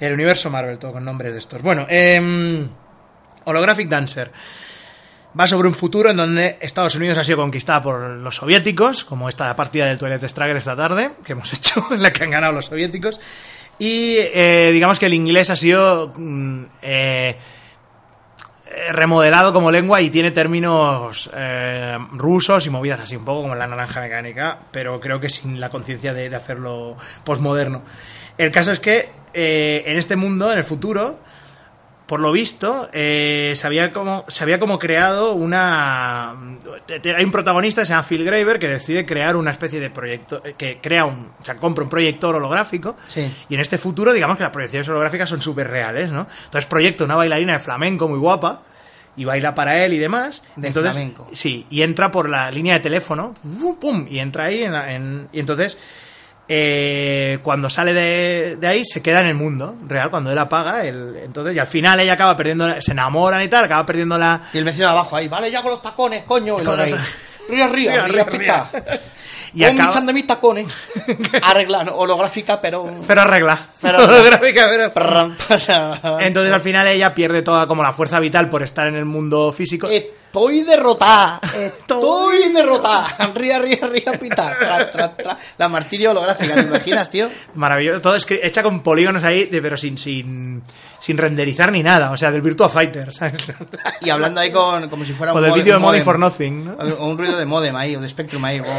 El universo Marvel todo con nombres de estos. Bueno, eh Holographic Dancer. Va sobre un futuro en donde Estados Unidos ha sido conquistada por los soviéticos, como esta partida del Toilet Struggle esta tarde, que hemos hecho, en la que han ganado los soviéticos. Y eh, digamos que el inglés ha sido mm, eh, eh, remodelado como lengua y tiene términos eh, rusos y movidas así, un poco como la naranja mecánica, pero creo que sin la conciencia de, de hacerlo posmoderno. El caso es que eh, en este mundo, en el futuro, por lo visto, eh, se, había como, se había como creado una... te- te- Hay un protagonista, se llama Phil Graver, que decide crear una especie de proyecto, eh, que crea un... O sea, compra un proyector holográfico. Sí. Y en este futuro, digamos que las proyecciones holográficas son súper reales, ¿no? Entonces proyecta una bailarina de flamenco muy guapa y baila para él y demás. De entonces, flamenco. Sí, y entra por la línea de teléfono, ¡fum! pum, y entra ahí en la- en- y entonces... Eh, cuando sale de, de ahí se queda en el mundo real cuando él apaga el entonces y al final ella acaba perdiendo se enamoran y tal acaba perdiendo la Y el vecino de abajo ahí, vale ya con los tacones, coño. Y Con lo ahí. los- Río, río, Río, río, río, pita. río. y Y acaba echando mis tacones. Arregla, no, holográfica, pero... pero arregla Pero- Holográfica, pero- Entonces, entonces al final ella pierde toda como la fuerza vital por estar en el mundo físico estoy derrotada. Estoy derrotada. Ría, ría, ría, pita. Tra, tra, tra. La martirio holográfica, ¿te imaginas, tío? maravilloso todo escri- hecha con polígonos ahí de- pero sin sin sin renderizar ni nada o sea del Virtua Fighter ¿sabes? Y hablando ahí con, como si fuera O del vídeo de Money modem. for Nothing, ¿no? O, o un ruido de modem ahí, o de Spectrum ahí.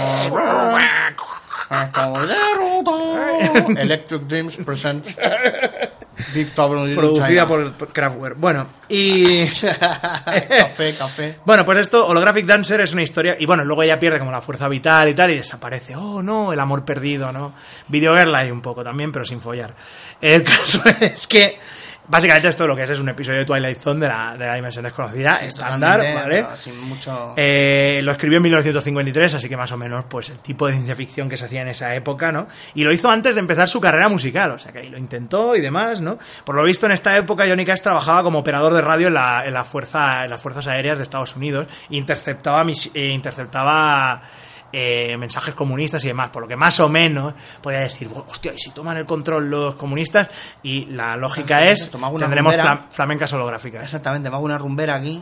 Estoy derrotada. Electric Dreams presents Big Trouble in producida China. por, por Kraftwerk bueno y café, café. Bueno, pues esto, Holographic Dancer es una historia. Y bueno, luego ella pierde como la fuerza vital y tal, y desaparece. Oh, no, el amor perdido, ¿no? Video Girl hay un poco también, pero sin follar. El caso es que. Básicamente esto lo que es es un episodio de Twilight Zone de la, de la dimensión desconocida, Ah, estándar, Totalmente, ¿vale? pero Sin mucho. Eh, lo escribió en 1953, así que más o menos pues el tipo de ciencia ficción que se hacía en esa época, ¿no? Y lo hizo antes de empezar su carrera musical, o sea que ahí lo intentó y demás, ¿no? Por lo visto en esta época Johnny Cash trabajaba como operador de radio en, la, en la fuerza, en las fuerzas aéreas de Estados Unidos, interceptaba, mis- eh, interceptaba eh, mensajes comunistas y demás, por lo que más o menos podía decir, "Buah, hostia, y si toman el control los comunistas, y la lógica es, Tomaba una tendremos bombera. flam- flamencas holográficas. Exactamente, me hago una rumbera aquí.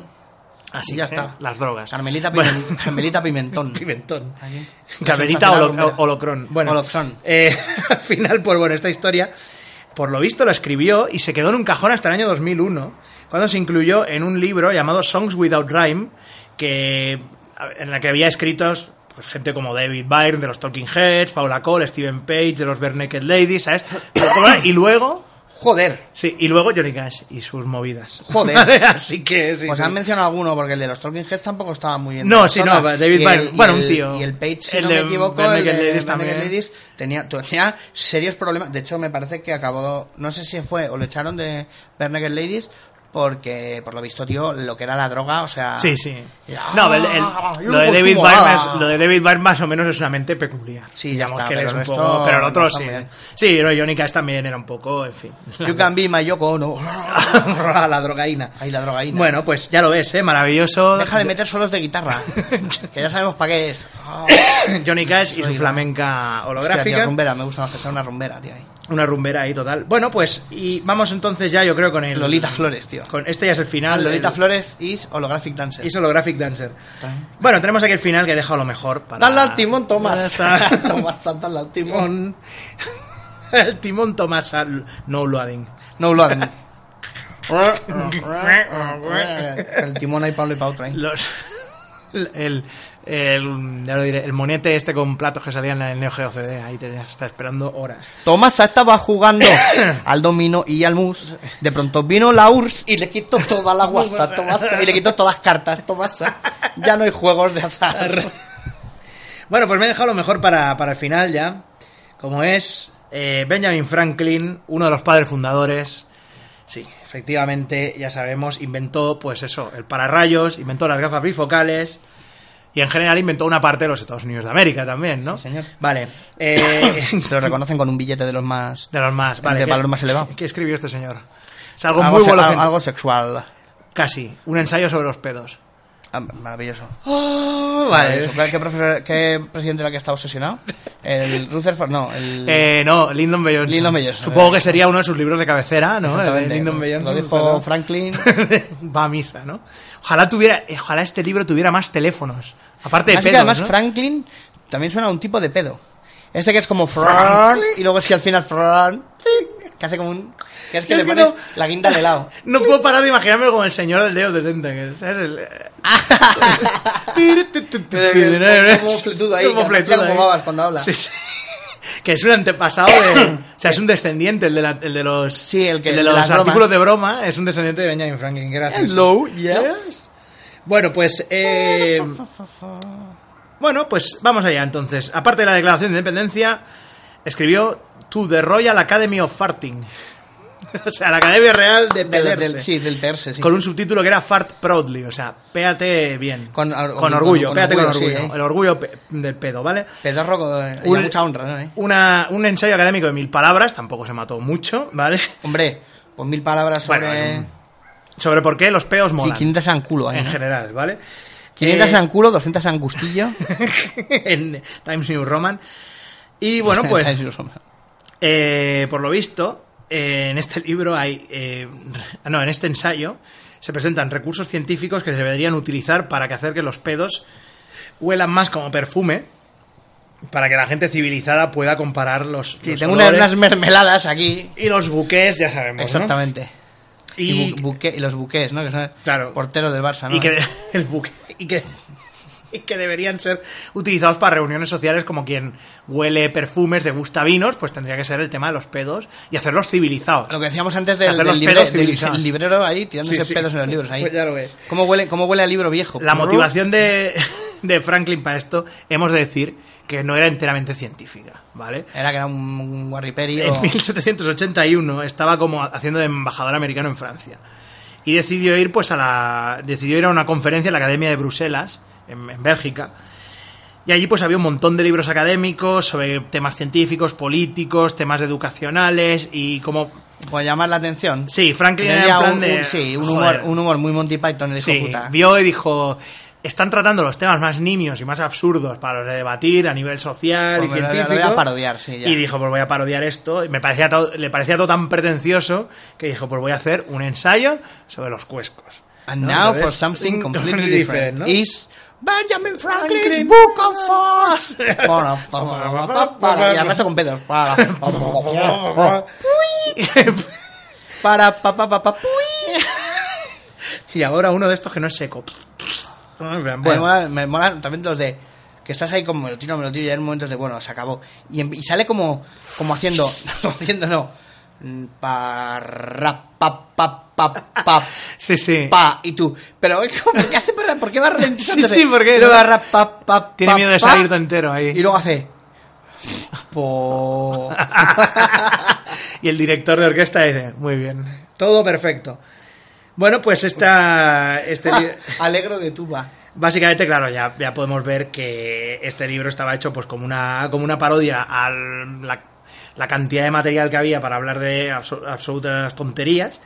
Pues Así Y ya que, está. Las drogas. Carmelita, Bueno. Pimen- Carmelita Pimentón. Pimentón. Aquí. Caberita Sensacional holo- bombera. Holocron. Bueno, Holocron. eh, al final, pues bueno, esta historia, por lo visto, la escribió y se quedó en un cajón hasta el año 2001, cuando se incluyó en un libro llamado Songs Without Rhyme, que, en la que había escritos pues, gente como David Byrne de los Talking Heads, Paula Cole, Steven Page de los Bare Naked Ladies, ¿sabes? Y luego... Joder. Sí, y luego Johnny Cash y sus movidas. Joder. Vale, Así que sí. Pues sí. han mencionado alguno, porque el de los Talking Heads tampoco estaba muy bien. No, de sí, persona. no, David Y el- Byrne. y Bueno, un el- tío. Y el Page, si El no de me equivoco, Bare el Naked de Ladies Bare Naked también. Ladies tenía, tenía serios problemas. De hecho, me parece que acabó, no sé si fue o lo echaron de Bare Naked Ladies Porque, por lo visto, tío, lo que era la droga, o sea... Sí, sí. Ah, No, el- el- yo lo, de David consumo, Byrne ah. es- lo de David Byrne más o menos es una mente peculiar. Sí, ya Digamos está, que él pero es el un resto poco- pero el otro no está sí. muy bien. Sí, pero Johnny Cash también era un poco, en fin. You can be my Yoko Ono. la drogaína. Ahí la drogaína. Bueno, pues ya lo ves, ¿eh? Maravilloso. Deja de meter solos de guitarra. que ya sabemos para qué es. Ah, Johnny Cash y su Soy la- flamenca hostia, holográfica. tío, rumbera. Me gusta más que sea una rumbera, tío. ahí. Una rumbera ahí total. Bueno, pues y vamos entonces ya yo creo con el... Lolita Flores, tío. Con, este ya es el final. Lolita el- Flores is holographic dancer. Y solo Graphic Dancer. Bueno, tenemos aquí el final que deja lo mejor para... Dale al timón, Tomás. Ya está. Tomás, dale al timón. Timón. El timón Tomás al- no loading. No lo hagan. el timón hay Pablo y Pau traen. Los, el, el, el- ya lo diré, el monete este con platos que salían en el Neo Geo CD. Ahí te está esperando horas. Tomasa estaba jugando al domino y al mus. De pronto vino la URSS y le quitó toda la guasa, Tomasa, y le quitó todas las cartas, Tomasa. Ya no hay juegos de azar. Bueno, pues me he dejado lo mejor para, para el final ya. Como es eh, Benjamin Franklin, uno de los padres fundadores. Sí, efectivamente, ya sabemos, inventó, pues eso, el pararrayos, inventó las gafas bifocales. Y en general inventó una parte de los Estados Unidos de América también, ¿no? Sí, señor. Vale. eh, Se lo reconocen con un billete de los más. de los más, vale. De ¿qué valor es- más elevado. ¿Qué escribió este señor? Es algo, muy se- volocen- algo sexual. Casi. Un ensayo sobre los pedos. Ah, maravilloso. vale. Maravilloso. ¿Qué, qué profesor- qué presidente era que está obsesionado? El Rutherford, no. El, Eh, no, Lyndon B. Johnson. Lyndon B. Johnson, Supongo eh. que sería uno de sus libros de cabecera, ¿no? El de Exactamente. Lyndon B. Lo Johnson, dijo pero- Franklin. Va a misa, ¿no? Ojalá tuviera, eh, ojalá este libro tuviera más teléfonos. Aparte de Así que pedos, además ¿no? Franklin también suena a un tipo de pedo. Este que es como Fran y luego si al final Fran que hace como un que es que Es le que pones no. la guinda al helado. No puedo parar de imaginarme como el señor del dedo detente, que es el... eh, Como- como fletudo ahí, Como que fletudo hacía como ahí. babas cuando habla. Sí, sí. Que es un antepasado de... O sea, es un descendiente, el de, la- el de los... Sí, el que- de el de los las bromas. artículos de broma. Es un descendiente de Benjamin Franklin, gracias. Bueno, pues... eh, bueno, pues vamos allá entonces. Aparte de la Declaración de Independencia, escribió To the Royal Academy of Farting. o sea, la Academia Real de Del, Pelerse. del- sí, del perse, sí. Con un subtítulo que era Fart Proudly, o sea, péate bien. Con ar- con- orgullo, con- con péate con orgullo, orgullo. sí, ¿eh? El orgullo pe- del pedo, ¿vale? Pedorro con eh, Un- mucha honra, ¿no, eh? Una, un ensayo académico de mil palabras, tampoco se mató mucho, ¿vale? Hombre, pues mil palabras sobre Bueno, es un- Sobre por qué los peos Sí, molan. 500 eran culo, eh. en general, ¿vale? 500 Eh, eran culo, 200 eran gustillo. en Times New Roman. Y bueno, pues Eh, por lo visto, eh, en este libro hay. eh, no, en este ensayo se presentan recursos científicos que se deberían utilizar para que hacer que los pedos huelan más como perfume. Para que la gente civilizada pueda comparar los. Sí, los tengo una- olores unas mermeladas aquí. Y los buques, ya sabemos. ¿no? Exactamente. Y, Y, bu- buque- y los buques, ¿no? Que son Claro. porteros del Barça, ¿no? y que, el buque. Y que, y que deberían ser utilizados para reuniones sociales como quien huele perfumes, degusta vinos, pues tendría que ser el tema de los pedos y hacerlos civilizados. Lo que decíamos antes del, Hacer los del libre- pedos del- civilizados. del librero ahí tirándose Sí, sí. pedos en los libros ahí. Pues ya lo ves. ¿Cómo huele, cómo huele el libro viejo? La motivación de, de Franklin para esto, hemos de decir que no era enteramente científica, ¿vale? Era que era un, un guarriperi o- En 1781 estaba como haciendo de embajador americano en Francia. Y decidió ir, pues, a la. Decidió ir a una conferencia en la Academia de Bruselas, en, en Bélgica. Y allí, pues, había un montón de libros académicos sobre temas científicos, políticos, temas educacionales y como. por llamar la atención. Sí, Franklin era en Tenía plan un, de- un- sí, un joder. humor, un humor muy Monty Python, el hijo Sí, puta. vio y dijo. Están tratando los temas más nimios y más absurdos para los de debatir a nivel social Pues y me lo voy a- científico. lo voy a parodiar, sí, ya. Y dijo, pues voy a parodiar esto. Y me parecía todo- le parecía todo tan pretencioso que dijo, pues voy a hacer un ensayo sobre los cuescos. And ¿No? now Entonces, for something completely different. ¿no? Is Benjamin Franklin's Franklin. Book of Thoughts. y además está con pedos. Para, para, pa, pa, pa, pa. y ahora uno de estos que no es seco. Bueno. Me, Bueno, mola, me molan también los de que estás ahí como me lo tiro, me lo tiro y hay momentos de bueno, se acabó. Y, en- y sale como como haciendo, haciendo no. mm, Parra, pa, pa, pa, pa, sí, sí. pa. Y tú, pero ¿por qué hace parra? ¿Por qué va ralentizando? Sí, sí, porque Pero no- parra, pa, pa, Tiene pa, miedo de pa, salir todo entero ahí. Y luego hace. Po. y el director de orquesta dice, muy bien, todo perfecto. Bueno, pues esta, este, li- Alegro de tuba. Básicamente, claro, ya, ya podemos ver que este libro estaba hecho pues como una, como una parodia a la, la cantidad de material que había para hablar de abso- absolutas tonterías.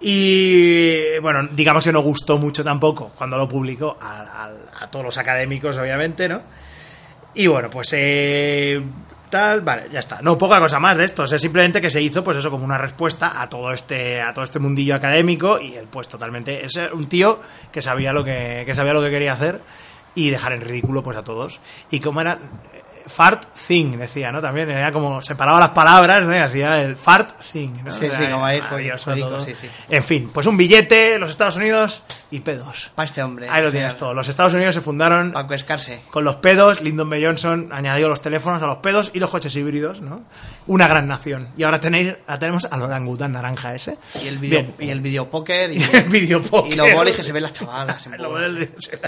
Y bueno, digamos que no gustó mucho tampoco cuando lo publicó a, a- a todos los académicos, obviamente, ¿no? Y bueno, pues eh, tal, vale, ya está. No, poca cosa más de esto. Es simplemente que se hizo, pues eso, como una respuesta a todo este, a todo este mundillo académico. Y él, pues, totalmente. Es un tío que sabía lo que, que sabía lo que quería hacer y dejar en ridículo pues a todos. Y como era. eh, Fart thing, decía, ¿no? También era como separaba las palabras, ¿no? Y hacía el fart thing, ¿no? Sí, sí, como ahí, maravilloso jueguico, todo. sí, sí. En fin, pues un billete, los Estados Unidos y pedos. Para este hombre. Ahí lo o sea, tienes todo. Los Estados Unidos se fundaron Para cuescarse. con los pedos, Lyndon B. Johnson añadió los teléfonos a los pedos y los coches híbridos, ¿no? Una gran nación. Y ahora tenéis, ahora tenemos al orangután naranja ese. Y el video, Bien. y el videopoker. Y el videopóker. Y los bolis que se ven las chavalas. en Lo bolas. bueno es-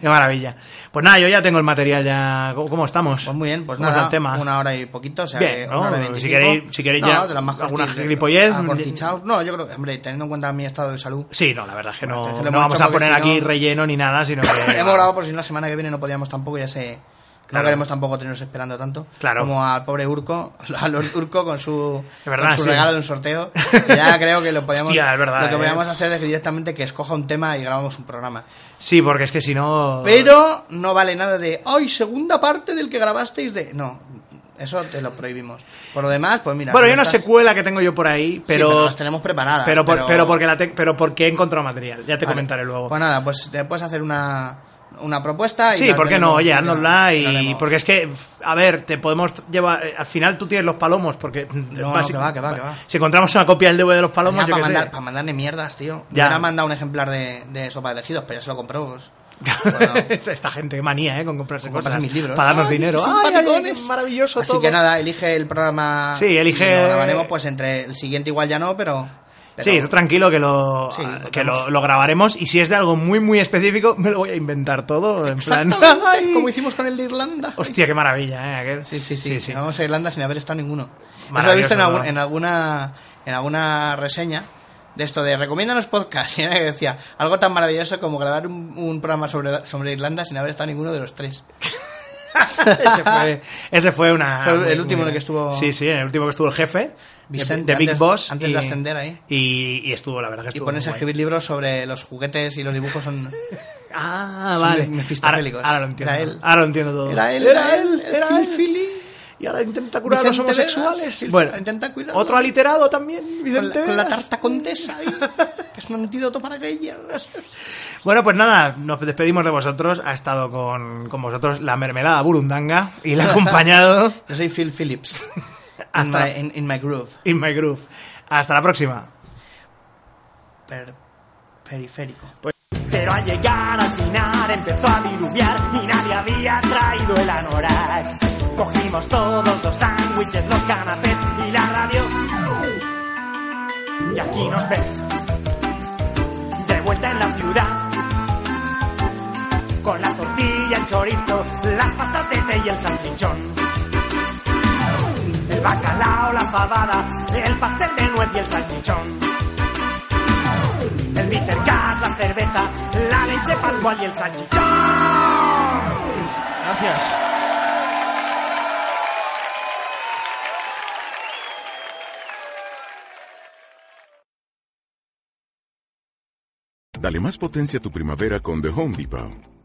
Qué maravilla. Pues nada, yo ya tengo el material ya. ¿Cómo, cómo estamos? Pues muy bien, pues ¿Cómo está nada, el tema? una hora y poquito, o sea, Bien, que ¿no? una hora y Si 25. queréis- si queréis no, ya de las más alguna corti- gilipollez, acortichaos. No, yo creo que, hombre, teniendo en cuenta mi estado de salud, Sí, no, la verdad es que Bueno, no, es que lo no hemos vamos hecho a porque poner si aquí no- relleno ni nada, sino que. hemos grabado por si una semana que viene no podíamos tampoco, ya sé. Claro. No queremos tampoco tenernos esperando tanto. Claro. Como al pobre Urco, a Lord Urco con su, Es verdad, con su sí. regalo de un sorteo. Ya creo que lo podíamos, Hostia, es verdad, lo que eh. podíamos hacer es que directamente que escoja un tema y grabamos un programa. Sí, porque es que si no. Pero no vale nada de, ¡ay, segunda parte del que grabasteis de...! No, eso te lo prohibimos. Por lo demás, pues mira... Bueno, no hay una estás- secuela que tengo yo por ahí, Sí, pero. las tenemos preparadas. pero, por- pero porque la te- pero porque he encontrado material, ya te Vale. comentaré luego. Pues nada, pues te puedes hacer una, una propuesta y... Sí, la ¿por qué tenemos- no? Oye, la háznosla y... haremos. Porque es que, a ver, te podemos llevar... eh, Al final tú tienes los palomos, porque... No, no, que va, que va, que va. Si encontramos una copia del DVD de los Ya, palomos, yo para, qué mandar, sé. para mandarle mierdas, tío. Ya. Ya. Me han mandado un ejemplar de, de Sopa de Elegidos, pero ya se lo compró. pues. Esta gente, qué manía, ¿eh? Con comprarse Como cosas. pasa en mis Pues libros. Para darnos Ay, qué dinero. Ay, ay, simpaticones. qué maravilloso Así todo. que nada, elige el programa. Sí, elige- y Lo grabaremos, pues entre el siguiente, igual ya no, pero. pero- Sí, tú tranquilo que lo Sí, ah, lo que lo, hacemos. lo grabaremos y si es de algo muy muy específico me lo voy a inventar todo en plan. Exactamente, ay, como hicimos con el de Irlanda. Hostia, qué maravilla, eh. Aquel. Sí, sí, sí. Vamos a Irlanda sin haber estado ninguno. Eso lo he Maravilloso, visto en, algún- ¿no? en alguna en alguna reseña de esto de recomiéndanos podcast. Y era que decía algo tan maravilloso como grabar un, un programa sobre, sobre Irlanda sin haber estado ninguno de los tres. ese, fue, ese fue una. Fue el muy- último muy en el bien. que estuvo- Sí, sí, en el último que estuvo el jefe. de, Vicente, de Big antes- Boss. antes de ascender ahí. Y, y estuvo, la verdad que Y estuvo. ponerse a muy guay. escribir libros sobre los juguetes y los dibujos son. Ah, son vale. Ahora, mefistofélicos. ahora lo entiendo. ¿eh? Era él. Ahora lo entiendo todo. Era él, era él, era Phil él. Philly. Y ahora intenta curar a los Vicente Vegas, homosexuales. Phil- bueno, intenta curarlo. Otro aliterado también, Con Vicente la, con la Vegas. tarta condesa, ahí, que es un antídoto para aquellas. Bueno, pues nada, nos despedimos de vosotros. Ha estado con, con vosotros la mermelada burundanga y la ha acompañado Yo soy Phil Phillips. In Hasta- my, in- in my groove. In My Groove. Hasta la próxima. Per- periférico. Pero al llegar al final empezó a diluviar y nadie había traído el anorak. Cogimos todos los sándwiches, los canapés y la radio. Y aquí nos ves, de vuelta en la ciudad. Con la tortilla, el chorizo, las pastas de té y el salchichón. El bacalao, la fabada, el pastel de nuez y el salchichón el bitter gas, la cerveza, la leche pascual y el salchichón. Gracias. Dale más potencia a tu primavera con The Home Depot.